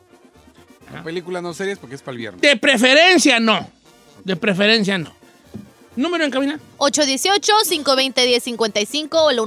[SPEAKER 4] Películas no series porque es para el viernes.
[SPEAKER 3] De preferencia, no. De preferencia, no. Número en cabina.
[SPEAKER 2] 818-520-1055 o el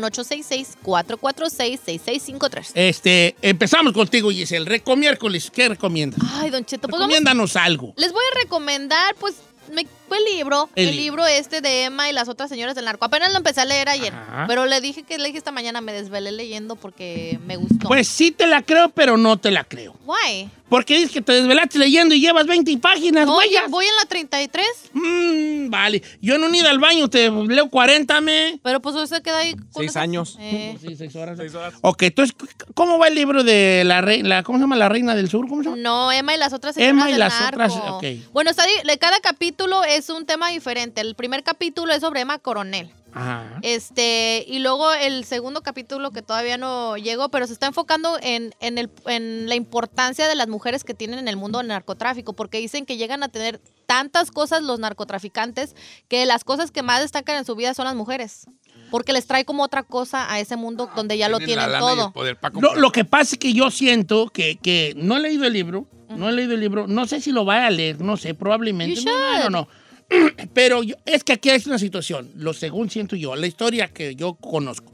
[SPEAKER 2] 1866-446-6653.
[SPEAKER 3] Este, empezamos contigo, Giselle. Recomiércoles, ¿qué recomiendas?
[SPEAKER 2] Ay, Don Cheto, pues vamos.
[SPEAKER 3] Recomiéndanos algo.
[SPEAKER 2] Les voy a recomendar, pues, me, fue el libro,
[SPEAKER 3] El
[SPEAKER 2] el,
[SPEAKER 3] libro.
[SPEAKER 2] libro este de Emma y las otras señoras del narco. Apenas lo empecé a leer ayer,
[SPEAKER 3] Ajá.
[SPEAKER 2] pero le dije que le dije esta mañana, me desvelé leyendo porque me gustó.
[SPEAKER 3] Pues sí te la creo, pero no te la creo.
[SPEAKER 2] Guay.
[SPEAKER 3] Porque dices que te desvelaste leyendo y llevas 20 páginas, güey.
[SPEAKER 2] Oye, voy en la 33,
[SPEAKER 3] Mm, vale. Yo en un ida al baño te leo 40, me.
[SPEAKER 2] pero pues usted queda ahí. con
[SPEAKER 1] Seis
[SPEAKER 2] esas-
[SPEAKER 1] años.
[SPEAKER 2] Eh,
[SPEAKER 3] Sí, seis horas.
[SPEAKER 1] Seis horas.
[SPEAKER 3] Ok, entonces, ¿cómo va el libro de la reina? ¿Cómo se llama? La reina del sur, ¿cómo se llama?
[SPEAKER 2] No, Emma y las otras señoras
[SPEAKER 3] Emma y
[SPEAKER 2] del
[SPEAKER 3] las
[SPEAKER 2] narco.
[SPEAKER 3] otras, ok.
[SPEAKER 2] Bueno, está di- le- cada capítulo es un tema diferente. El primer capítulo es sobre Emma Coronel.
[SPEAKER 3] Ajá.
[SPEAKER 2] Este, y luego el segundo capítulo que todavía no llegó, pero se está enfocando en, en, el, en la importancia de las mujeres que tienen en el mundo del narcotráfico, porque dicen que llegan a tener tantas cosas los narcotraficantes que las cosas que más destacan en su vida son las mujeres, porque les trae como otra cosa a ese mundo donde ya lo
[SPEAKER 4] la
[SPEAKER 2] tienen
[SPEAKER 4] lana y el
[SPEAKER 2] todo.
[SPEAKER 4] poder para
[SPEAKER 3] Lo,
[SPEAKER 4] comprar.
[SPEAKER 3] lo que pasa es que yo siento que, que no he leído el libro, no he leído el libro, no sé si lo vaya a leer, no sé, probablemente.
[SPEAKER 2] You
[SPEAKER 3] No, no, no,
[SPEAKER 2] should.
[SPEAKER 3] no. Pero yo- es que aquí hay una situación, lo según siento yo, la historia que yo conozco.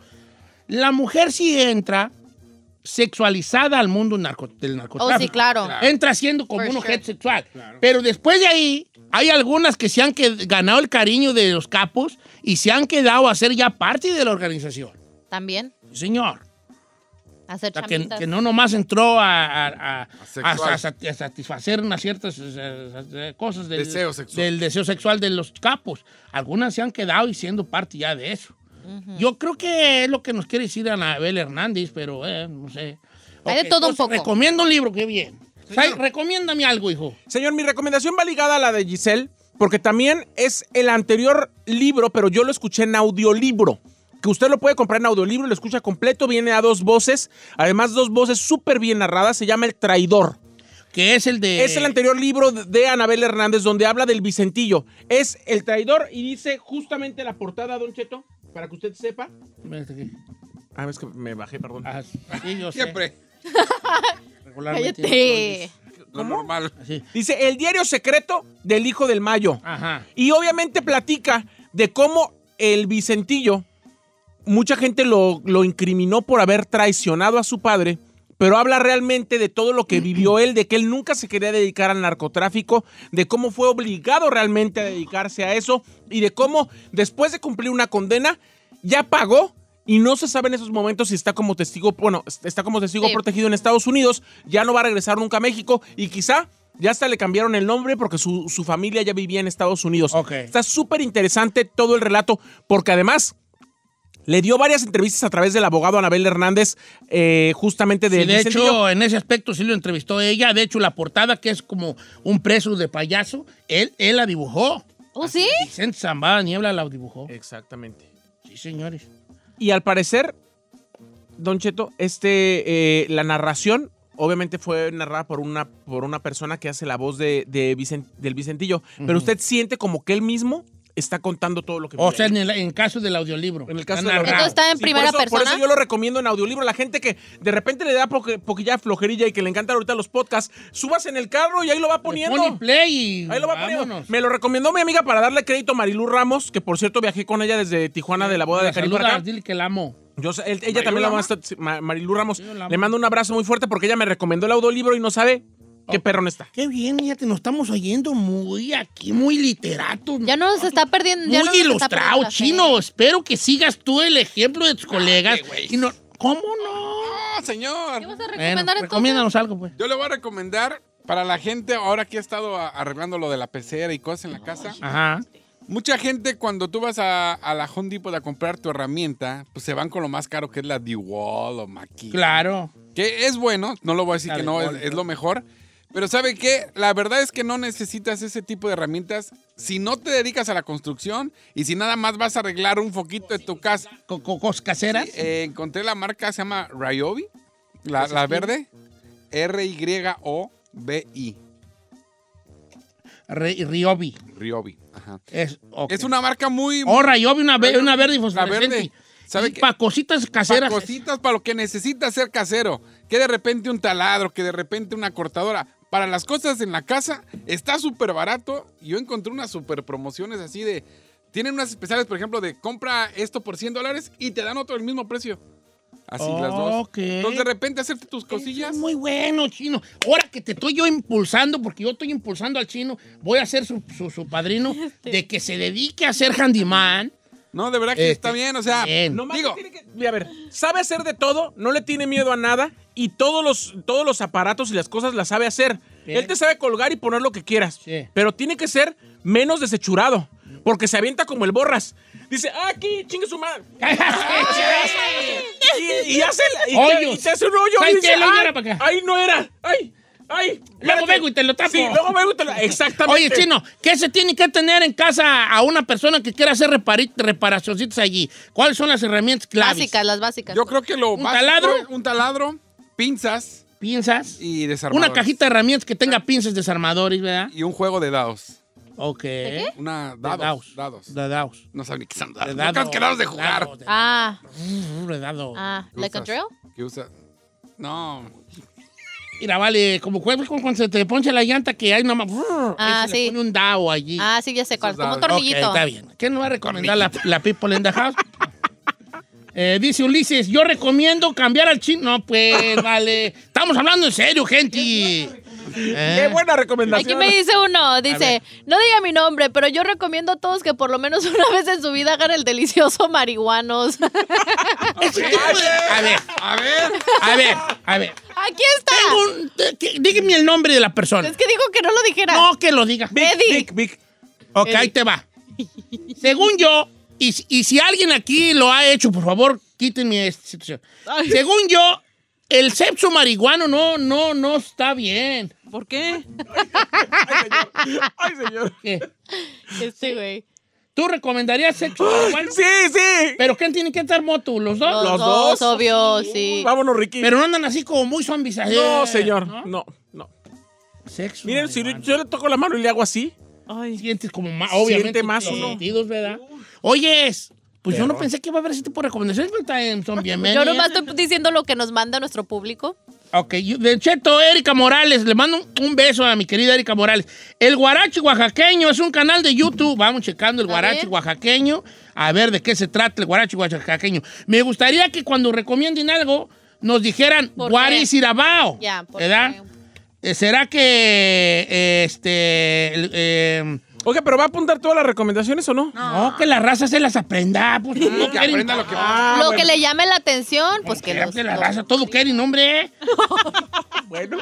[SPEAKER 3] La mujer sí entra sexualizada al mundo narco- del narcotráfico.
[SPEAKER 2] Oh, claro.
[SPEAKER 3] Entra siendo como
[SPEAKER 2] For
[SPEAKER 3] un
[SPEAKER 2] sure.
[SPEAKER 3] objeto sexual. Pero después de ahí, hay algunas que se han qued- ganado el cariño de los capos y se han quedado a ser ya parte de la organización.
[SPEAKER 2] También.
[SPEAKER 3] Señor.
[SPEAKER 2] Hacer
[SPEAKER 3] O sea, que,
[SPEAKER 2] chamitas.
[SPEAKER 3] que no nomás entró a, a- a-
[SPEAKER 4] sexual.
[SPEAKER 3] a- a sat- a satisfacer unas ciertas eh, eh, cosas del
[SPEAKER 4] Deseo sexual.
[SPEAKER 3] del deseo sexual de los capos. Algunas se han quedado y siendo parte ya de eso. Yo creo que es lo que nos quiere decir Anabel Hernández, pero eh, no sé.
[SPEAKER 2] Hay de
[SPEAKER 3] Ok,
[SPEAKER 2] todo un
[SPEAKER 3] entonces,
[SPEAKER 2] poco.
[SPEAKER 3] Recomiendo un libro, qué bien. Sai, recomiéndame algo, hijo.
[SPEAKER 1] Señor, mi recomendación va ligada a la de Giselle, porque también es el anterior libro, pero yo lo escuché en audiolibro. Que usted lo puede comprar en audiolibro, lo escucha completo, viene a dos voces, además dos voces súper bien narradas, se llama El Traidor.
[SPEAKER 3] Que es el de.
[SPEAKER 1] Es el anterior libro de- de Anabel Hernández, donde habla del Vicentillo. Es El Traidor y dice justamente la portada, Don Cheto, para que usted sepa. Ah, es que me bajé, perdón.
[SPEAKER 3] Ah, sí, yo sé.
[SPEAKER 4] Siempre.
[SPEAKER 3] Regularmente
[SPEAKER 2] Cállate.
[SPEAKER 4] Lo normal.
[SPEAKER 3] yo soy así.
[SPEAKER 1] Dice El Diario Secreto del Hijo del Mayo.
[SPEAKER 3] Ajá.
[SPEAKER 1] Y obviamente platica de cómo el Vicentillo, mucha gente lo, lo incriminó por haber traicionado a su padre, pero habla realmente de todo lo que vivió él, de que él nunca se quería dedicar al narcotráfico, de cómo fue obligado realmente a dedicarse a eso y de cómo después de cumplir una condena ya pagó. Y no se sabe en esos momentos si está como testigo, bueno, está como testigo
[SPEAKER 2] Sí.
[SPEAKER 1] protegido en Estados Unidos, ya no va a regresar nunca a México y quizá ya hasta le cambiaron el nombre porque su, su familia ya vivía en Estados Unidos.
[SPEAKER 3] Ok.
[SPEAKER 1] Está súper interesante todo el relato, porque además le dio varias entrevistas a través del abogado Anabel Hernández, eh, justamente de,
[SPEAKER 3] Sí, de
[SPEAKER 1] Vicente
[SPEAKER 3] hecho, en ese aspecto sí lo entrevistó ella. De hecho, la portada, que es como un preso de payaso, él, él la dibujó.
[SPEAKER 2] ¿Oh, sí?
[SPEAKER 3] Vicente Zambada Niebla la dibujó.
[SPEAKER 1] Eh. Exactamente.
[SPEAKER 3] Sí, señores.
[SPEAKER 1] Y al parecer, Don Cheto, este, eh, la narración obviamente fue narrada por una, por una persona que hace la voz de, de Vicen- del Vicentillo, pero usted siente como que él mismo está contando todo lo que
[SPEAKER 3] O
[SPEAKER 1] vivió.
[SPEAKER 3] sea, en el en caso del audiolibro.
[SPEAKER 1] En el caso
[SPEAKER 3] Está
[SPEAKER 1] de la-
[SPEAKER 3] narrado.
[SPEAKER 2] Entonces está en
[SPEAKER 1] por
[SPEAKER 2] primera
[SPEAKER 1] eso- Por eso
[SPEAKER 2] persona.
[SPEAKER 1] yo lo recomiendo en audiolibro. La gente que de repente le da poque- poquilla flojerilla y que le encantan ahorita los podcasts, subas en el carro y ahí lo va
[SPEAKER 3] Le
[SPEAKER 1] poniendo.
[SPEAKER 3] pone play y
[SPEAKER 1] Ahí lo va poniendo.
[SPEAKER 3] vámonos.
[SPEAKER 1] Me lo recomendó mi amiga para darle crédito Marilu Ramos, que por cierto viajé con ella desde Tijuana de la boda
[SPEAKER 3] La
[SPEAKER 1] de Cari para
[SPEAKER 3] saluda,
[SPEAKER 1] acá.
[SPEAKER 3] dile que la amo.
[SPEAKER 1] Yo sé- él- ella también la ama, sí, Ma- Marilu Ramos.
[SPEAKER 3] Yo la amo.
[SPEAKER 1] Le mando un abrazo muy fuerte porque ella me recomendó el audiolibro y no sabe
[SPEAKER 3] Oh.
[SPEAKER 1] qué perrón está.
[SPEAKER 3] Qué bien, ya te nos estamos oyendo muy aquí, muy literatos.
[SPEAKER 2] Ya no se está perdiendo. ya
[SPEAKER 3] muy
[SPEAKER 2] no nos está perdiendo
[SPEAKER 3] ilustrado,
[SPEAKER 2] la fe.
[SPEAKER 3] chino. Espero que sigas tú el ejemplo de
[SPEAKER 1] Ah,
[SPEAKER 3] tus colegas. y no, ¿Cómo no?
[SPEAKER 4] Ah, señor.
[SPEAKER 2] ¿Qué vas a
[SPEAKER 3] Bueno,
[SPEAKER 2] recomendar entonces?
[SPEAKER 3] recomiéndanos algo, pues.
[SPEAKER 4] Yo le voy a recomendar para la gente ahora que ha estado a- arreglando lo de la pecera y cosas en la casa.
[SPEAKER 3] Ajá.
[SPEAKER 4] Mucha gente cuando tú vas a, a la Home Depot a comprar tu herramienta, pues se van con lo más caro que es la DeWalt o Maki.
[SPEAKER 3] Claro.
[SPEAKER 4] Que es bueno, no lo voy a decir
[SPEAKER 3] La
[SPEAKER 4] que
[SPEAKER 3] de
[SPEAKER 4] no, es,
[SPEAKER 3] Paul,
[SPEAKER 4] es
[SPEAKER 3] ¿no?
[SPEAKER 4] lo mejor. Pero ¿sabe qué? La verdad es que no necesitas ese tipo de herramientas si no te dedicas a la construcción y si nada más vas a arreglar un foquito de tu casa.
[SPEAKER 3] Co- co- cosas caseras.
[SPEAKER 4] Eh, encontré la marca, se llama Ryobi, la, la verde, R-Y-O-B-I,
[SPEAKER 3] Re- Ryobi.
[SPEAKER 4] Ryobi. Ajá.
[SPEAKER 3] Es, ok.
[SPEAKER 4] Es una marca muy...
[SPEAKER 3] Oh, Ryobi, una, ve- una verde fosforescente.
[SPEAKER 4] verde. ¿Sabe
[SPEAKER 3] Y
[SPEAKER 4] qué?
[SPEAKER 3] pa' cositas caseras.
[SPEAKER 4] Para cositas para lo que necesita ser casero. Que de repente un taladro, que de repente una cortadora. Para las cosas en la casa está súper barato. Yo encontré unas súper promociones así de... Tienen unas especiales, por ejemplo, de compra esto por 100 dólares y te dan otro el mismo precio. Así las dos.
[SPEAKER 3] Ok.
[SPEAKER 4] Entonces de repente hacerte tus cosillas.
[SPEAKER 3] Es muy bueno, chino. Ahora que te estoy yo impulsando, porque yo estoy impulsando al chino, voy a ser su, su- su padrino de que se dedique a ser handyman.
[SPEAKER 4] No, de verdad que
[SPEAKER 3] Este,
[SPEAKER 4] está bien. O sea,
[SPEAKER 3] bien.
[SPEAKER 1] No más
[SPEAKER 4] digo,
[SPEAKER 1] tiene que- mira, a ver, sabe hacer de todo, no le tiene miedo a nada y todos los, todos los aparatos y las cosas las sabe hacer.
[SPEAKER 3] Bien.
[SPEAKER 1] Él te sabe colgar y poner lo que quieras,
[SPEAKER 3] Sí.
[SPEAKER 1] pero tiene que ser menos desechurado, porque se avienta como el borras. Dice, "Ah, aquí, chingue su madre. Y, y hace, la- y, te-
[SPEAKER 3] Hoyos.
[SPEAKER 1] y te hace un hoyo.
[SPEAKER 3] Ahí
[SPEAKER 1] y dice,
[SPEAKER 3] el hoyo
[SPEAKER 1] "Ay,
[SPEAKER 3] era para acá".
[SPEAKER 1] Ahí no era. Ay, ay.
[SPEAKER 3] Luego
[SPEAKER 1] espérate".
[SPEAKER 3] vengo y te lo tapo.
[SPEAKER 1] Sí, luego vengo y te lo... Exactamente.
[SPEAKER 3] Oye, chino, ¿qué se tiene que tener en casa a una persona que quiera hacer repari- reparacioncitas allí? ¿Cuáles son las herramientas claves?
[SPEAKER 2] Básicas, las básicas.
[SPEAKER 4] yo creo que lo
[SPEAKER 3] ¿Un
[SPEAKER 4] básico
[SPEAKER 3] taladro?
[SPEAKER 4] es Un taladro, pinzas
[SPEAKER 3] Pinzas.
[SPEAKER 4] y desarmadores.
[SPEAKER 3] Una cajita de herramientas que tenga pinzas desarmadores, ¿verdad?
[SPEAKER 4] Y un juego de dados.
[SPEAKER 3] Ok. ¿De
[SPEAKER 4] Una
[SPEAKER 3] dados.
[SPEAKER 4] dados. Dados.
[SPEAKER 3] De dados.
[SPEAKER 4] No saben ni qué son dados.
[SPEAKER 3] De
[SPEAKER 4] No creo que dados de jugar.
[SPEAKER 3] dados, de-
[SPEAKER 2] Ah,
[SPEAKER 3] de dados.
[SPEAKER 2] ah,
[SPEAKER 4] ¿Qué
[SPEAKER 2] like a
[SPEAKER 4] usas?
[SPEAKER 2] drill.
[SPEAKER 4] ¿Qué usa? No.
[SPEAKER 3] Mira, vale, como cuando cuando se te poncha la llanta que hay una...
[SPEAKER 2] Ah,
[SPEAKER 3] Ah,
[SPEAKER 2] sí.
[SPEAKER 3] Pone un dao allí.
[SPEAKER 2] Ah, sí, ya sé cuál.
[SPEAKER 4] Esos
[SPEAKER 2] Como un
[SPEAKER 4] dados.
[SPEAKER 2] tornillito.
[SPEAKER 3] Ok, está bien. ¿Qué nos va a recomendar la, la People in the House? Eh, dice Ulises, yo recomiendo cambiar al chino. No, pues, vale. Estamos hablando en serio, gente.
[SPEAKER 1] Qué
[SPEAKER 3] Eh,
[SPEAKER 1] buena
[SPEAKER 2] Aquí
[SPEAKER 1] recomendación.
[SPEAKER 2] me dice uno, dice,
[SPEAKER 3] ver.
[SPEAKER 2] no diga mi nombre, pero yo recomiendo a todos que por lo menos una vez en su vida hagan el delicioso marihuanos.
[SPEAKER 3] ese tipo de- A ver,
[SPEAKER 4] A ver.
[SPEAKER 3] a ver, a ver.
[SPEAKER 2] Aquí está.
[SPEAKER 3] Tengo un- te- que- dígame el nombre de la persona.
[SPEAKER 2] Es que dijo que no lo dijera.
[SPEAKER 3] No, que lo diga.
[SPEAKER 1] Vic,
[SPEAKER 2] Eddie.
[SPEAKER 1] Vic, Vic.
[SPEAKER 3] Ok, ahí te va. Según yo, y, si- y si alguien aquí lo ha hecho, por favor, quítenme esta situación.
[SPEAKER 6] Ay.
[SPEAKER 3] Según yo, el sexo marihuano no, no, no está bien.
[SPEAKER 6] ¿Por qué?
[SPEAKER 1] Ay, señor.
[SPEAKER 3] ¿Qué?
[SPEAKER 2] Este güey.
[SPEAKER 3] Eh, ¿Tú recomendarías sexo marihuano?
[SPEAKER 1] Sí, sí.
[SPEAKER 3] ¿Pero qué tienen que estar moto? ¿Los dos?
[SPEAKER 2] Los,
[SPEAKER 1] Los
[SPEAKER 2] dos,
[SPEAKER 1] dos.
[SPEAKER 2] obvio, sí.
[SPEAKER 1] Vámonos, Ricky.
[SPEAKER 3] Pero no andan así como muy zombies. ahí,
[SPEAKER 1] no, señor.
[SPEAKER 3] ¿no?
[SPEAKER 1] No, no.
[SPEAKER 3] Sexo
[SPEAKER 1] Miren, si
[SPEAKER 3] marihuano.
[SPEAKER 1] yo le toco la mano y le hago así.
[SPEAKER 6] Ay.
[SPEAKER 3] sientes como más,
[SPEAKER 1] Siente
[SPEAKER 3] obviamente,
[SPEAKER 1] más
[SPEAKER 3] los
[SPEAKER 1] uno.
[SPEAKER 3] sentidos, ¿verdad? Oyes, pues yo no pensé que iba a haber ese tipo de recomendaciones, pero está en zombie.
[SPEAKER 2] Yo nomás estoy diciendo lo que nos manda nuestro público.
[SPEAKER 3] Ok, yo- de Cheto, Erika Morales, le mando un, un beso a mi querida Erika Morales. El Guarachi Oaxaqueño es un canal de YouTube. Vamos checando el
[SPEAKER 2] A
[SPEAKER 3] Guarachi
[SPEAKER 2] ver.
[SPEAKER 3] Oaxaqueño, a ver de qué se trata el Guarachi Oaxaqueño. Me gustaría que cuando recomienden algo nos dijeran
[SPEAKER 2] ¿Por
[SPEAKER 3] What
[SPEAKER 2] qué?
[SPEAKER 3] is it about?",
[SPEAKER 2] Ya, porque-
[SPEAKER 3] ¿verdad? Eh, ¿Será que eh, este el, eh,
[SPEAKER 1] Oiga, pero va a apuntar todas las recomendaciones o no?
[SPEAKER 3] no.
[SPEAKER 2] Ah.
[SPEAKER 3] que la raza se las aprenda? Pues, no
[SPEAKER 4] Que
[SPEAKER 3] quieren-
[SPEAKER 4] aprenda lo que va.
[SPEAKER 1] Ah,
[SPEAKER 2] lo
[SPEAKER 1] bueno,
[SPEAKER 2] que le llame la atención, pues que los-
[SPEAKER 3] que la
[SPEAKER 2] los-
[SPEAKER 3] raza todo quieren, hombre.
[SPEAKER 1] bueno.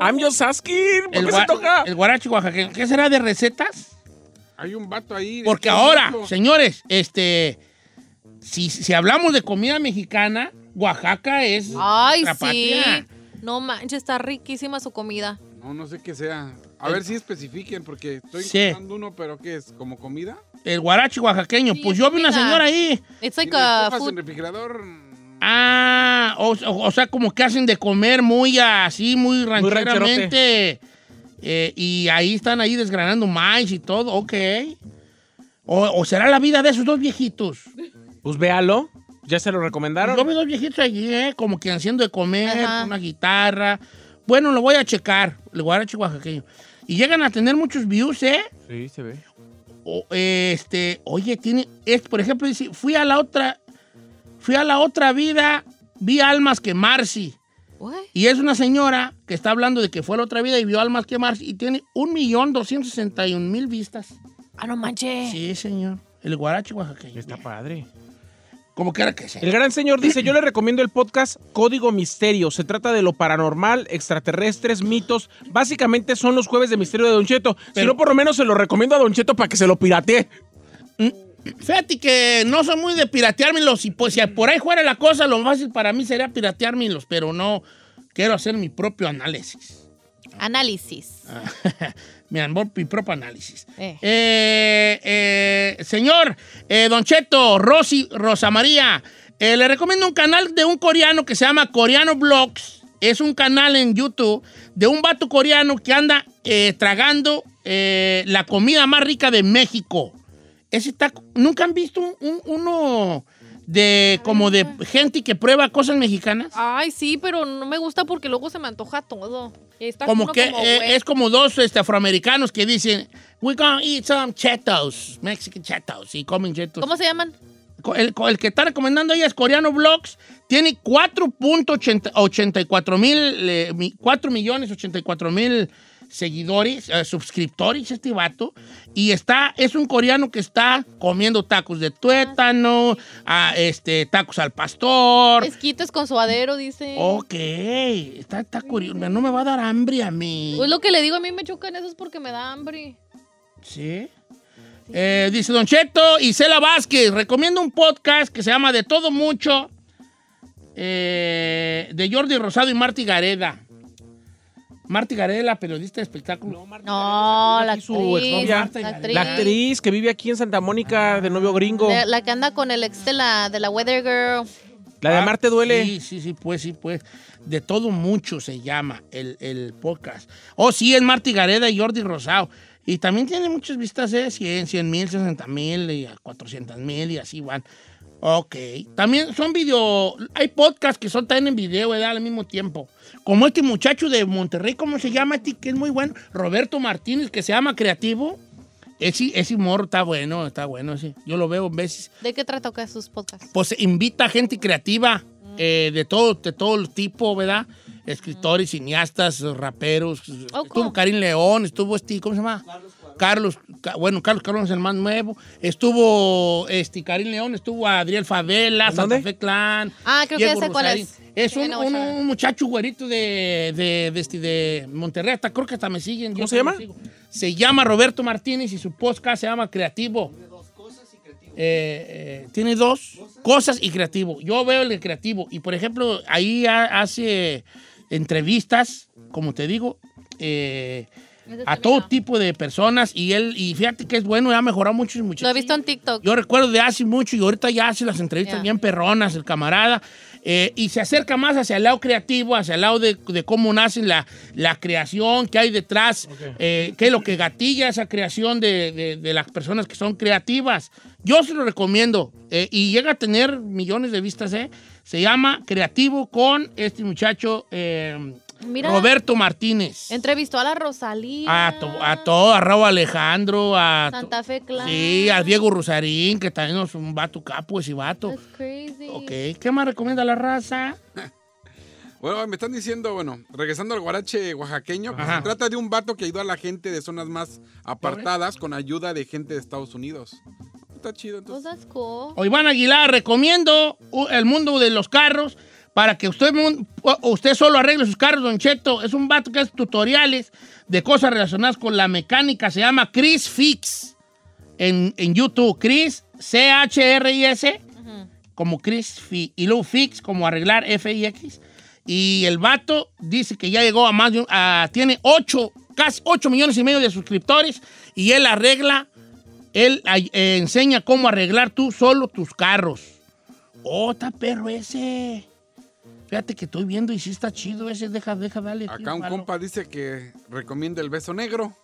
[SPEAKER 1] I'm just asking. ¿Por
[SPEAKER 3] El,
[SPEAKER 1] qué se
[SPEAKER 3] gua-
[SPEAKER 1] toca?
[SPEAKER 3] el Guarachi Oaxaqueño. ¿Qué será de recetas?
[SPEAKER 4] Hay un vato ahí.
[SPEAKER 3] Porque
[SPEAKER 4] Está
[SPEAKER 3] ahora,
[SPEAKER 4] loco.
[SPEAKER 3] señores, este, si, si hablamos de comida mexicana, Oaxaca es
[SPEAKER 2] Ay,
[SPEAKER 3] la
[SPEAKER 2] sí.
[SPEAKER 3] patria.
[SPEAKER 2] No manches, está riquísima su comida.
[SPEAKER 4] No, no sé qué sea. A ver si especifiquen, porque estoy
[SPEAKER 3] Sí.
[SPEAKER 4] encontrando uno, pero ¿qué es? ¿Como comida?
[SPEAKER 3] El guarachi oaxaqueño.
[SPEAKER 2] Sí,
[SPEAKER 3] pues
[SPEAKER 2] es
[SPEAKER 3] yo vi una
[SPEAKER 2] comida.
[SPEAKER 3] señora ahí.
[SPEAKER 2] It's
[SPEAKER 4] Y
[SPEAKER 2] like
[SPEAKER 4] las
[SPEAKER 2] a
[SPEAKER 4] papas en
[SPEAKER 2] food.
[SPEAKER 4] refrigerador.
[SPEAKER 3] Ah, o, o- o sea, como que hacen de comer muy así, muy
[SPEAKER 1] rancherote.
[SPEAKER 3] rancheramente. Eh, y ahí están ahí desgranando maíz y todo, ok. O, o será la vida de esos dos viejitos.
[SPEAKER 1] Pues véalo. Ya se lo recomendaron.
[SPEAKER 3] Yo vi dos viejitos allí, ¿eh? como que haciendo de comer,
[SPEAKER 2] Ajá.
[SPEAKER 3] con una guitarra. Bueno, lo voy a checar, el guarachi oaxaqueño. Y llegan a tener muchos views, ¿eh?
[SPEAKER 1] Sí, se ve.
[SPEAKER 3] O, eh, este, oye, tiene, es, por ejemplo, dice, fui a la otra, fui a la otra vida, vi almas quemarse.
[SPEAKER 2] What?
[SPEAKER 3] Y es una señora que está hablando de que fue a la otra vida y vio almas quemarse y tiene un millón doscientos sesenta y un mil vistas.
[SPEAKER 2] Ah, no manches.
[SPEAKER 3] Sí, señor. El guarachi oaxaqueño.
[SPEAKER 1] Eh. Está padre.
[SPEAKER 3] Como que era que
[SPEAKER 1] El
[SPEAKER 3] sea.
[SPEAKER 1] gran señor dice, yo le recomiendo el podcast Código Misterio. Se trata de lo paranormal, extraterrestres, mitos. Básicamente son los jueves de misterio de Don Cheto. si
[SPEAKER 3] Pero-
[SPEAKER 1] no, por lo menos se lo recomiendo a Don Cheto para que se lo piratee.
[SPEAKER 3] Fíjate que no soy muy de pirateármelos y pues si por ahí fuera la cosa, lo más fácil para mí sería pirateármelos, pero no quiero hacer mi propio análisis.
[SPEAKER 2] Análisis.
[SPEAKER 3] Ah. mi, amor, mi propio análisis.
[SPEAKER 2] Eh.
[SPEAKER 3] Eh, eh, señor, eh, Don Cheto, Rosy, Rosa María, eh, le recomiendo un canal de un coreano que se llama Coreano Blogs. Es un canal en YouTube de un vato coreano que anda eh, tragando eh, la comida más rica de México. Ese está. ¿Nunca han visto un- uno de como de gente que prueba cosas mexicanas?
[SPEAKER 2] Ay, sí, pero no me gusta porque luego se me antoja todo. Está
[SPEAKER 3] Como
[SPEAKER 2] uno
[SPEAKER 3] que eh,
[SPEAKER 2] güey.
[SPEAKER 3] es como dos este, afroamericanos que dicen, we're gonna eat some chetos, Mexican chetos, y comen chetos.
[SPEAKER 2] ¿Cómo se llaman?
[SPEAKER 3] Co- El, co- el que está recomendando ella es Coreano Blogs, tiene 4.84 mil, eh, mi- 4 millones 84 mil seguidores, eh, suscriptores este vato, y está, es un coreano que está comiendo tacos de tuétano, ah, este, tacos al pastor,
[SPEAKER 2] Esquites con suadero, dice.
[SPEAKER 3] Ok, está, está curioso. No me va a dar hambre a mí.
[SPEAKER 2] Pues lo que le digo, a mí me chocan esos porque me da hambre.
[SPEAKER 3] Sí. Eh, dice Don Cheto y Cela Vázquez, recomiendo un podcast que se llama De Todo Mucho, eh, de Jordi Rosado y Marti Gareda. Marti Gareda, la periodista de espectáculo.
[SPEAKER 2] No, la
[SPEAKER 3] aquí su Oh,
[SPEAKER 2] actriz,
[SPEAKER 3] exnovia,
[SPEAKER 2] la
[SPEAKER 3] Marta y
[SPEAKER 2] actriz.
[SPEAKER 1] La
[SPEAKER 3] Gareda.
[SPEAKER 1] actriz que vive aquí en Santa Mónica de novio gringo.
[SPEAKER 2] La, la que anda con el ex de la, de la Weather Girl.
[SPEAKER 1] La de Amarte duele.
[SPEAKER 3] Ah, Sí, sí, sí, pues, sí, pues. De todo mucho se llama el, el podcast. Oh, sí, es Marti Gareda y Jordi Rosado. Y también tiene muchas vistas, ¿eh? 100, 100 mil, 60 mil, 400 mil y así van. Ok. También son video. Hay podcasts que son también en video, ¿verdad? Al mismo tiempo. Como este muchacho de Monterrey, ¿cómo se llama? Este que es muy bueno. Roberto Martínez, que se llama Creativo. Ese, ese morro está bueno, está bueno, sí. Yo lo veo a veces.
[SPEAKER 2] ¿De qué trata acá sus podcasts?
[SPEAKER 3] Pues invita a gente creativa eh, de todo, de todo tipo, ¿verdad? Escritores, cineastas, raperos.
[SPEAKER 2] Oh,
[SPEAKER 3] Estuvo
[SPEAKER 2] cool.
[SPEAKER 3] Karim León, estuvo este, ¿cómo se llama? Carlos, Ca- bueno, Carlos Carlos es el más nuevo. Estuvo este Karim León, estuvo Adriel Favela,
[SPEAKER 1] ¿En
[SPEAKER 3] Santa
[SPEAKER 1] dónde?
[SPEAKER 3] Fe Clan.
[SPEAKER 2] Ah, creo que
[SPEAKER 3] Diego
[SPEAKER 2] ya sé cuál
[SPEAKER 3] Rosarín.
[SPEAKER 2] es.
[SPEAKER 3] Es
[SPEAKER 2] Sí,
[SPEAKER 3] un,
[SPEAKER 2] no,
[SPEAKER 3] un-
[SPEAKER 2] chale.
[SPEAKER 3] un muchacho güerito de, de, de este- de Monterrey, hasta creo que hasta me siguen.
[SPEAKER 1] ¿Cómo
[SPEAKER 3] yo
[SPEAKER 1] se llama?
[SPEAKER 3] me sigo. Se llama Roberto Martínez y su podcast se llama Creativo. Eh, eh, tiene dos cosas y creativo. Yo veo el de creativo y, por ejemplo, ahí ha- hace entrevistas, como te digo, eh, a todo tipo de personas y él, y fíjate que es bueno, ha mejorado mucho el muchacho.
[SPEAKER 2] Lo he visto en TikTok.
[SPEAKER 3] Yo recuerdo de hace mucho y ahorita ya hace las entrevistas
[SPEAKER 2] Ya.
[SPEAKER 3] bien perronas, el camarada. eh, y se acerca más hacia el lado creativo, hacia el lado de, de cómo nace la, la creación que hay detrás, eh, qué es lo que gatilla esa creación de, de- de las personas que son creativas. Yo se lo recomiendo eh, y llega a tener millones de vistas. eh. Se llama Creativo con este muchacho eh,
[SPEAKER 2] Mira.
[SPEAKER 3] Roberto Martínez.
[SPEAKER 2] Entrevistó a la Rosalía.
[SPEAKER 3] A, Ah, to- a todo, a Raúl Alejandro, a... to-
[SPEAKER 2] Santa Fe Clan.
[SPEAKER 3] Sí, a Diego Rosarín, que también es un vato capo ese vato.
[SPEAKER 2] That's crazy.
[SPEAKER 3] Ok, ¿qué más recomienda la raza?
[SPEAKER 4] Bueno, me están diciendo, bueno, regresando al guarache oaxaqueño, pues,
[SPEAKER 3] Ajá.
[SPEAKER 4] se trata de un vato que ayudó a la gente de zonas más apartadas con ayuda de gente de Estados Unidos. Está chido,
[SPEAKER 2] Oh,
[SPEAKER 4] entonces.
[SPEAKER 2] that's cool.
[SPEAKER 3] O Iván Aguilar, recomiendo u- el mundo de los carros para que usted, mu- o- usted solo arregle sus carros, Don Cheto. Es un vato que hace tutoriales de cosas relacionadas con la mecánica. Se llama Chris Fix en, en YouTube. Chris, C-H-R-I-S, como Chris Fi- Y luego Fix, como arreglar F-I-X. Y el vato dice que ya llegó a más de un- a- tiene 8, casi 8 millones y medio de suscriptores y él arregla él ay- eh, enseña cómo arreglar tú solo tus carros. Oh, está perro ese. Fíjate que estoy viendo y sí está chido ese. Deja, deja, dale. aquí
[SPEAKER 4] Acá un
[SPEAKER 3] palo.
[SPEAKER 4] compa dice que recomienda el beso negro.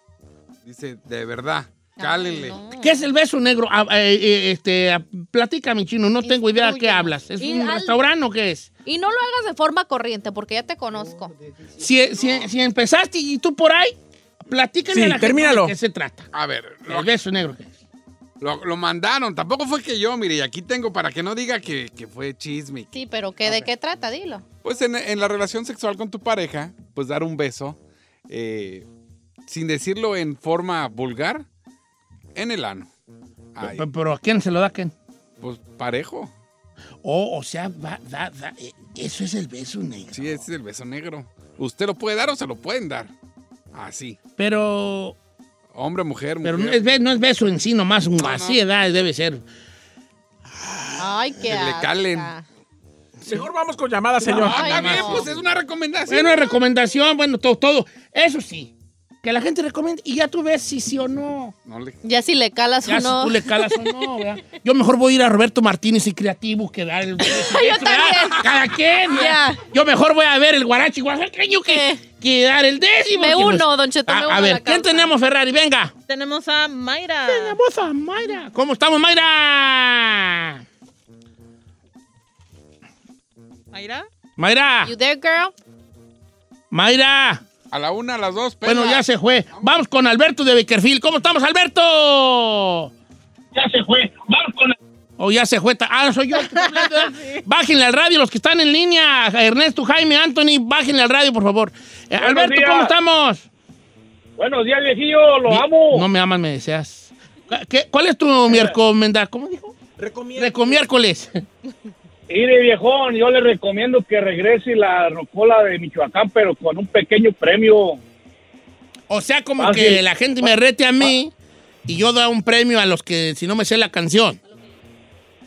[SPEAKER 4] Dice, de verdad,
[SPEAKER 2] Ay,
[SPEAKER 4] cálenle.
[SPEAKER 2] no.
[SPEAKER 3] ¿Qué es el beso negro? Ah, eh, eh, este, ah, platícame, chino. No tengo idea de qué
[SPEAKER 2] Instrúyeme.
[SPEAKER 3] hablas. ¿Es
[SPEAKER 2] Y
[SPEAKER 3] un
[SPEAKER 2] al-
[SPEAKER 3] restaurante o qué es?
[SPEAKER 2] Y no lo hagas de forma corriente porque ya te conozco.
[SPEAKER 4] Oh,
[SPEAKER 3] Si, si- si empezaste y tú por ahí, platícame
[SPEAKER 1] Sí,
[SPEAKER 3] a la gente
[SPEAKER 1] términalo.
[SPEAKER 3] de qué se trata.
[SPEAKER 4] A ver, lo,
[SPEAKER 3] El beso negro. ¿qué es?
[SPEAKER 4] lo- lo mandaron. Tampoco fue que yo, mire, y aquí tengo para que no diga que, que fue chisme.
[SPEAKER 2] Sí, pero ¿qué, ¿de qué trata? Dilo.
[SPEAKER 4] Pues en, en la relación sexual con tu pareja, pues dar un beso, eh, sin decirlo en forma vulgar, en el ano. Ay,
[SPEAKER 3] Pero, pero ¿a quién se lo da? ¿A quién?
[SPEAKER 4] pues parejo.
[SPEAKER 3] Oh, o sea, va- da- da- eh, eso es el beso negro.
[SPEAKER 4] Sí, ese es el beso negro. Usted lo puede dar o se lo pueden dar. Así.
[SPEAKER 3] Pero
[SPEAKER 4] Hombre, mujer,
[SPEAKER 3] Pero no
[SPEAKER 4] mujer.
[SPEAKER 3] es, be- no es beso en sí nomás, un
[SPEAKER 4] no.
[SPEAKER 3] así edad debe ser.
[SPEAKER 2] Ay, qué
[SPEAKER 4] Que le
[SPEAKER 2] asca.
[SPEAKER 4] calen.
[SPEAKER 1] Mejor vamos con llamadas, señor.
[SPEAKER 4] Ah, está
[SPEAKER 2] Ay,
[SPEAKER 4] bien,
[SPEAKER 2] no.
[SPEAKER 4] pues es una recomendación.
[SPEAKER 3] Bueno, recomendación, bueno, todo, todo. Eso sí, que la gente recomiende y ya tú ves si sí o no.
[SPEAKER 4] No le-
[SPEAKER 2] Ya si le calas
[SPEAKER 3] Ya
[SPEAKER 2] o no.
[SPEAKER 3] si tú le calas o no, ¿verdad? Yo mejor voy a ir a Roberto Martínez y Creativo que dar el... Yo
[SPEAKER 2] también.
[SPEAKER 3] Cada quien. ¿verdad?
[SPEAKER 2] Ya. Eh.
[SPEAKER 3] Yo mejor voy a ver el guarachi oaxaqueño que, que dar el décimo.
[SPEAKER 2] Me
[SPEAKER 3] que no es-
[SPEAKER 2] uno, don Cheto,
[SPEAKER 3] A,
[SPEAKER 2] me uno
[SPEAKER 3] a
[SPEAKER 2] a
[SPEAKER 3] ver,
[SPEAKER 2] la
[SPEAKER 3] ¿quién
[SPEAKER 2] causa.
[SPEAKER 3] tenemos, Ferrari? Venga.
[SPEAKER 6] Tenemos a Mayra.
[SPEAKER 3] Tenemos a Mayra. ¿Cómo estamos, Mayra?
[SPEAKER 6] Mayra.
[SPEAKER 3] Mayra,
[SPEAKER 2] You there, girl?
[SPEAKER 3] Mayra.
[SPEAKER 4] A la una, a las dos,
[SPEAKER 3] Bueno,
[SPEAKER 4] pela.
[SPEAKER 3] ya se fue. Vamos con Alberto de Beckerfield. ¿Cómo estamos, Alberto? Ya se fue. Vamos con... O ya se fue. ta- Ah, soy yo. el que está hablando, ¿eh? Bájenle al radio, los que están en línea. Ernesto, Jaime, Anthony, bájenle al radio, por favor. Eh, Alberto,
[SPEAKER 7] días.
[SPEAKER 3] ¿cómo estamos?
[SPEAKER 7] Buenos días, viejillo, lo
[SPEAKER 3] Mi-
[SPEAKER 7] amo.
[SPEAKER 3] No me amas, me deseas. ¿Qué- ¿Cuál es tu miércoles? ¿Cómo dijo?
[SPEAKER 1] Recomiendo.
[SPEAKER 3] Recomiércoles.
[SPEAKER 7] Mire, viejón, yo le recomiendo que regrese la rocola de Michoacán, pero con un pequeño premio.
[SPEAKER 3] O sea, como
[SPEAKER 7] Ah,
[SPEAKER 3] que
[SPEAKER 7] sí.
[SPEAKER 3] la gente me rete a mí y yo da un premio a los que si no me sé la canción.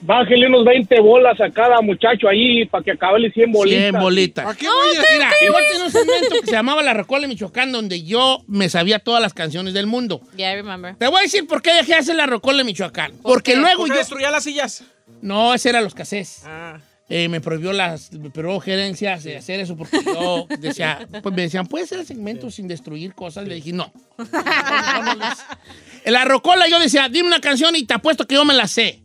[SPEAKER 7] Bájele unos 20 bolas a cada muchacho ahí para que acabe el 100 bolitas.
[SPEAKER 3] 100 bolitas.
[SPEAKER 4] ¿Para qué voy a-
[SPEAKER 3] Mira, yo tenía un segmento que se llamaba La Recola de Michoacán, donde yo me sabía todas las canciones del mundo.
[SPEAKER 2] Yeah, I remember.
[SPEAKER 3] Te voy a decir por qué dejé de hacer La Recola de Michoacán. Porque luego
[SPEAKER 1] ¿Por
[SPEAKER 3] yo...
[SPEAKER 1] qué destruía las sillas?
[SPEAKER 3] No, ese era los casés.
[SPEAKER 1] Ah.
[SPEAKER 3] Eh, me prohibió las me prohibió gerencias de hacer eso porque yo decía, pues me decían, ¿puedes hacer segmentos sin destruir cosas? Le dije, no. En la rocola yo decía, dime una canción y te apuesto que yo me la sé.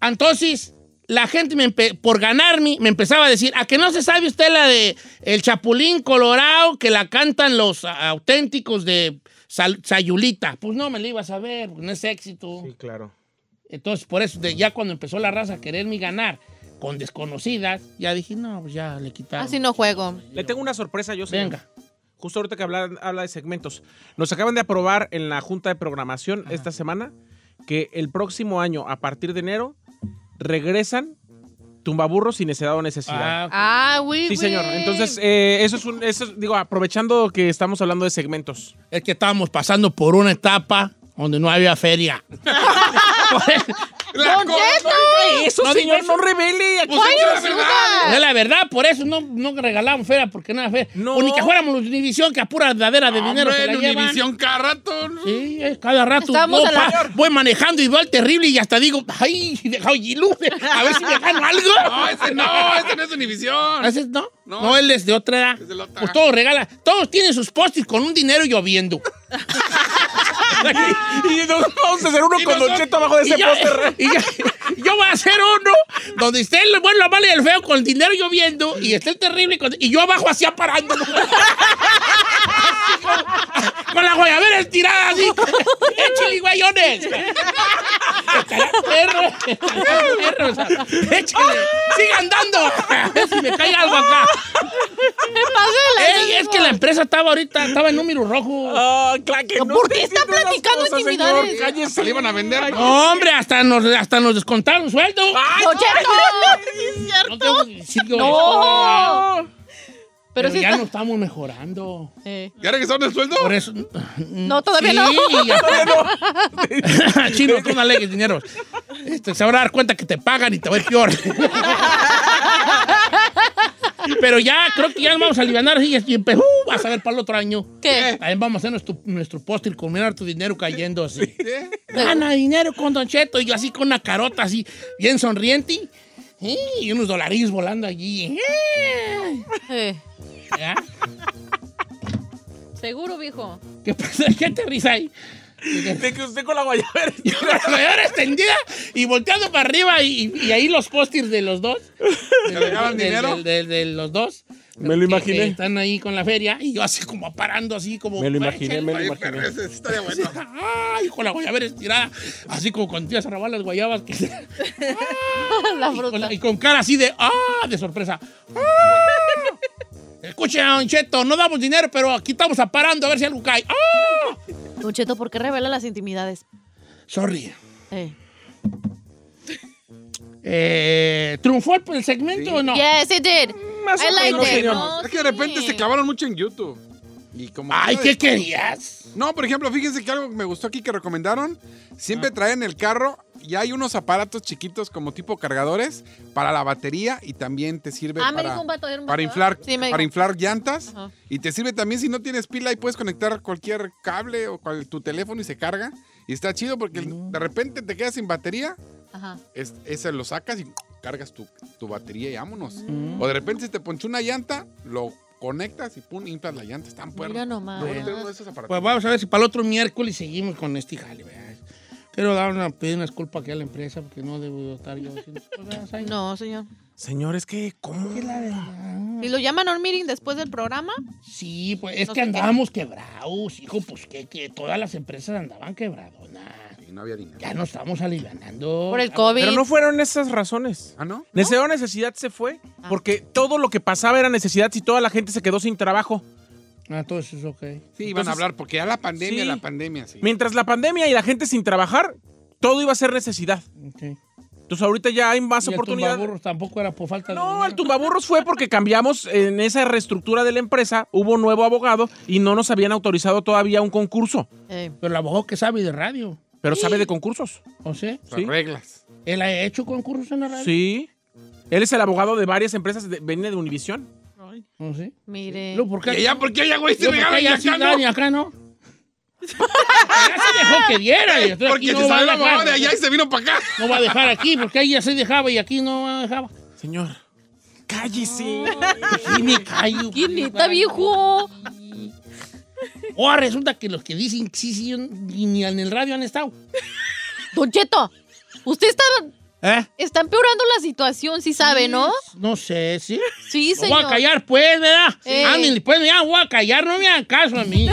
[SPEAKER 3] Entonces, la gente me empe- por ganarme me empezaba a decir, ¿a que no se sabe usted la de El Chapulín Colorado que la cantan los a- auténticos de Sal- Sayulita? Pues no me la iba a saber, porque no es éxito.
[SPEAKER 1] Sí, claro.
[SPEAKER 3] Entonces, por eso, de- ya cuando empezó la raza a quererme ganar con desconocidas, ya dije, no, pues ya le quitaron.
[SPEAKER 2] Así Ah, no juego.
[SPEAKER 1] Le tengo una sorpresa, yo señor.
[SPEAKER 3] Venga.
[SPEAKER 1] Justo ahorita que habla, habla de segmentos. Nos acaban de aprobar en la Junta de Programación esta semana que el próximo año, a partir de enero, regresan tumbaburros sin necesidad o necesidad.
[SPEAKER 3] Ah, ok.
[SPEAKER 2] Ah, güey.
[SPEAKER 1] Sí,
[SPEAKER 2] güey.
[SPEAKER 1] señor. Entonces, eh, eso es un. Eso es- digo, aprovechando que estamos hablando de segmentos.
[SPEAKER 3] Es que estábamos pasando por una etapa donde no había feria.
[SPEAKER 4] Pues ¡La cosa!
[SPEAKER 1] Eso,
[SPEAKER 3] No,
[SPEAKER 1] señor,
[SPEAKER 3] digo,
[SPEAKER 1] no revele.
[SPEAKER 4] Pues es la verdad.
[SPEAKER 3] Es la verdad, por eso no, no regalamos feria, porque nada, feria.
[SPEAKER 1] No.
[SPEAKER 3] Pues ni que fuéramos los Univisión, que a pura dadera de dinero se
[SPEAKER 4] Hombre,
[SPEAKER 3] la
[SPEAKER 4] en
[SPEAKER 3] llevan.
[SPEAKER 4] Univisión cada rato. ¿no?
[SPEAKER 3] Sí, es cada rato.
[SPEAKER 2] Estábamos
[SPEAKER 3] yo
[SPEAKER 2] a la-
[SPEAKER 3] pa- Voy manejando y veo al terrible y hasta digo, ay, deja Ollilú, a ver si me gano algo.
[SPEAKER 4] No, ese no, ese no es Univisión.
[SPEAKER 3] ¿A veces no?
[SPEAKER 4] No.
[SPEAKER 3] No, él es de otra edad.
[SPEAKER 4] Es de la otra.
[SPEAKER 3] Pues todos regalan, todos tienen sus postis con un dinero lloviendo.
[SPEAKER 1] Y nos vamos a hacer uno
[SPEAKER 4] Y
[SPEAKER 1] con Don
[SPEAKER 4] nosotros-
[SPEAKER 1] Cheto abajo de
[SPEAKER 3] Y
[SPEAKER 1] ese
[SPEAKER 3] yo,
[SPEAKER 1] póster.
[SPEAKER 3] y yo- y yo voy a hacer uno donde esté el bueno, la mala y el feo con el dinero lloviendo y esté el terrible con- y yo abajo así aparando. Así con, con la guayabera estirada así. ¡Échale, guayones! Estará perro, estará perro, o sea, échale, ¡Sigue andando! A ver si me cae algo acá.
[SPEAKER 2] ¿Qué pasa?
[SPEAKER 3] Ey, es que la empresa estaba ahorita, estaba en número rojo.
[SPEAKER 1] Ah, claro que no
[SPEAKER 2] ¿Por
[SPEAKER 1] te
[SPEAKER 2] qué está
[SPEAKER 1] diciendo esas
[SPEAKER 2] platicando
[SPEAKER 1] cosas, señor.
[SPEAKER 2] intimidades?
[SPEAKER 1] Cállese.
[SPEAKER 4] Se le iban a vender. ¿no?
[SPEAKER 3] No, hombre, hasta nos, hasta nos descontaron sueldo.
[SPEAKER 2] ¡Don Cheto!
[SPEAKER 3] No tengo que decirlo
[SPEAKER 2] No.
[SPEAKER 3] esto, ¿verdad?
[SPEAKER 2] Pero sí
[SPEAKER 3] ya
[SPEAKER 2] está-
[SPEAKER 3] no estamos mejorando.
[SPEAKER 2] Eh,
[SPEAKER 4] ¿Ya regresaron el sueldo?
[SPEAKER 3] Por eso. mm,
[SPEAKER 2] No, todavía no.
[SPEAKER 3] no. Chino, tú no alegues dinero. Este, se van a dar cuenta que te pagan y te va a ir peor. Pero ya, creo que ya nos vamos a aliviar y, y empe- uh, vas a ver para el otro año.
[SPEAKER 2] ¿Qué?
[SPEAKER 3] También vamos a hacer nuestro, nuestro póster con mirar tu dinero cayendo así.
[SPEAKER 4] ¿Eh?
[SPEAKER 3] Gana dinero con Don Cheto. Y yo así con una carota así, bien sonriente. Y y unos dolaris volando allí. ¿ah?
[SPEAKER 2] eh.
[SPEAKER 3] ¿Ya?
[SPEAKER 6] Seguro, viejo.
[SPEAKER 3] ¿Qué pasa? ¿Qué te ríes ahí?
[SPEAKER 1] De que usted con la guayabera.
[SPEAKER 3] Con la rodadera extendida y volteando para arriba y, y ahí los pósters de los dos. ¿Te
[SPEAKER 4] regalaban dinero?
[SPEAKER 3] De, los dos.
[SPEAKER 1] Me lo
[SPEAKER 3] Que-
[SPEAKER 1] imaginé.
[SPEAKER 3] que están ahí con la feria y yo así como parando así como...
[SPEAKER 1] Me lo imaginé, me lo
[SPEAKER 4] Ay,
[SPEAKER 1] imaginé.
[SPEAKER 4] perro, ese sí estaría bueno.
[SPEAKER 3] Ay, con Ah, la guayabera estirada, así como cuando te ibas a robar las guayabas. que-
[SPEAKER 2] La
[SPEAKER 3] y, con,
[SPEAKER 2] fruta.
[SPEAKER 3] y con cara así de, ah, de sorpresa. ¡Ah! Escucha, Don Cheto, no damos dinero, pero aquí estamos aparando a ver si algo cae. ¡Ah!
[SPEAKER 2] Don Cheto, ¿por qué revela las intimidades?
[SPEAKER 3] Sorry.
[SPEAKER 2] Eh.
[SPEAKER 3] Eh, ¿Triunfó el- el segmento o no?
[SPEAKER 2] Yes, it did.
[SPEAKER 1] Más o
[SPEAKER 2] I like
[SPEAKER 1] menos,
[SPEAKER 2] it.
[SPEAKER 1] señor.
[SPEAKER 2] No,
[SPEAKER 4] Es que de repente
[SPEAKER 2] sí.
[SPEAKER 4] se clavaron mucho en YouTube. Y como
[SPEAKER 3] Ay, ¿qué querías?
[SPEAKER 4] No, por ejemplo, fíjense que algo que me gustó aquí que recomendaron, siempre traen el carro y hay unos aparatos chiquitos como tipo cargadores para la batería y también te sirve
[SPEAKER 2] Ah, me
[SPEAKER 4] para,
[SPEAKER 2] dijo un vato ayer, un
[SPEAKER 4] para
[SPEAKER 2] vato,
[SPEAKER 4] inflar
[SPEAKER 2] ¿verdad? Sí, me
[SPEAKER 4] para
[SPEAKER 2] dijo.
[SPEAKER 4] inflar llantas
[SPEAKER 2] Ajá.
[SPEAKER 4] y te sirve también si no tienes pila y puedes conectar cualquier cable o cual- tu teléfono y se carga y está chido porque de repente te quedas sin batería,
[SPEAKER 2] Ajá.
[SPEAKER 4] es, ese lo sacas y cargas tu, tu batería y vámonos. O de repente si te ponchó una llanta, lo conectas y pum, inflas la llanta, están
[SPEAKER 2] Mira nomás.
[SPEAKER 3] Pues vamos a ver si para el otro miércoles seguimos con este jale. ¿verdad? Quiero dar una, pedir una disculpa aquí a la empresa porque no debo estar yo haciendo esas cosas ahí.
[SPEAKER 2] No, señor.
[SPEAKER 1] Señor, es que, ¿cómo?
[SPEAKER 2] ¿Y lo llaman a un meeting después del programa?
[SPEAKER 3] Sí, pues es
[SPEAKER 2] No
[SPEAKER 3] que
[SPEAKER 2] sé qué.
[SPEAKER 3] andábamos quebrados, hijo, pues que, que todas las empresas andaban quebradonas.
[SPEAKER 4] Y no había dinero.
[SPEAKER 3] Ya nos estamos alivianando.
[SPEAKER 2] Por el COVID.
[SPEAKER 1] Pero no fueron esas razones.
[SPEAKER 4] ¿Ah, no?
[SPEAKER 1] Necesidad o necesidad se fue, porque todo lo que pasaba era necesidad si toda la gente se quedó sin trabajo.
[SPEAKER 3] Ah, todo eso es ok.
[SPEAKER 4] Sí, iban a
[SPEAKER 1] Entonces-
[SPEAKER 4] hablar porque ya la pandemia,
[SPEAKER 1] Sí.
[SPEAKER 4] la pandemia, sí.
[SPEAKER 1] Mientras la pandemia y la gente sin trabajar, todo iba a ser necesidad.
[SPEAKER 3] Ok.
[SPEAKER 1] Entonces ahorita ya hay más
[SPEAKER 3] Y el
[SPEAKER 1] oportunidades.
[SPEAKER 3] tumbaburros tampoco era por falta de
[SPEAKER 1] No,
[SPEAKER 3] dinero.
[SPEAKER 1] el tumbaburros fue porque cambiamos en esa reestructura de la empresa, hubo un nuevo abogado y no nos habían autorizado todavía un concurso,
[SPEAKER 2] Eh.
[SPEAKER 3] Pero el abogado que sabe de radio,
[SPEAKER 1] pero sabe de concursos.
[SPEAKER 3] ¿o sea?
[SPEAKER 4] Las
[SPEAKER 1] sí.
[SPEAKER 4] reglas.
[SPEAKER 3] ¿Él ha hecho concursos en la radio?
[SPEAKER 1] Sí. Él es el abogado de varias empresas, de, viene de Univisión.
[SPEAKER 3] ¿O sí?
[SPEAKER 2] Mire.
[SPEAKER 3] No, ¿por qué?
[SPEAKER 4] ¿Y ya por qué ya, güey, se
[SPEAKER 3] Yo porque
[SPEAKER 4] regala y
[SPEAKER 3] allá
[SPEAKER 4] acá
[SPEAKER 3] sí
[SPEAKER 4] no?
[SPEAKER 3] da y acá no. Allá se dejó que diera. y entonces aquí
[SPEAKER 4] Porque
[SPEAKER 3] no
[SPEAKER 4] se
[SPEAKER 3] va a
[SPEAKER 4] salió la mamá
[SPEAKER 3] dejar.
[SPEAKER 4] de allá y se vino para acá.
[SPEAKER 3] No va a dejar aquí, porque ahí ya se dejaba y aquí no dejaba.
[SPEAKER 1] Señor, cállese.
[SPEAKER 3] Y me callo.
[SPEAKER 2] ¿Quién está viejo?
[SPEAKER 3] Ahora ah, resulta que los que dicen sí, sí, ni en el radio han estado.
[SPEAKER 2] Don Cheto, usted está
[SPEAKER 3] ¿Eh?
[SPEAKER 2] Está empeorando la situación, sí sabe, ¿no?
[SPEAKER 3] No sé, ¿sí?
[SPEAKER 2] Sí,
[SPEAKER 3] Me voy a
[SPEAKER 2] señor.
[SPEAKER 3] callar, pues, ¿verdad?
[SPEAKER 2] Eh.
[SPEAKER 3] Ah, ni- pues, ya me voy a callar, no me hagan caso a mí.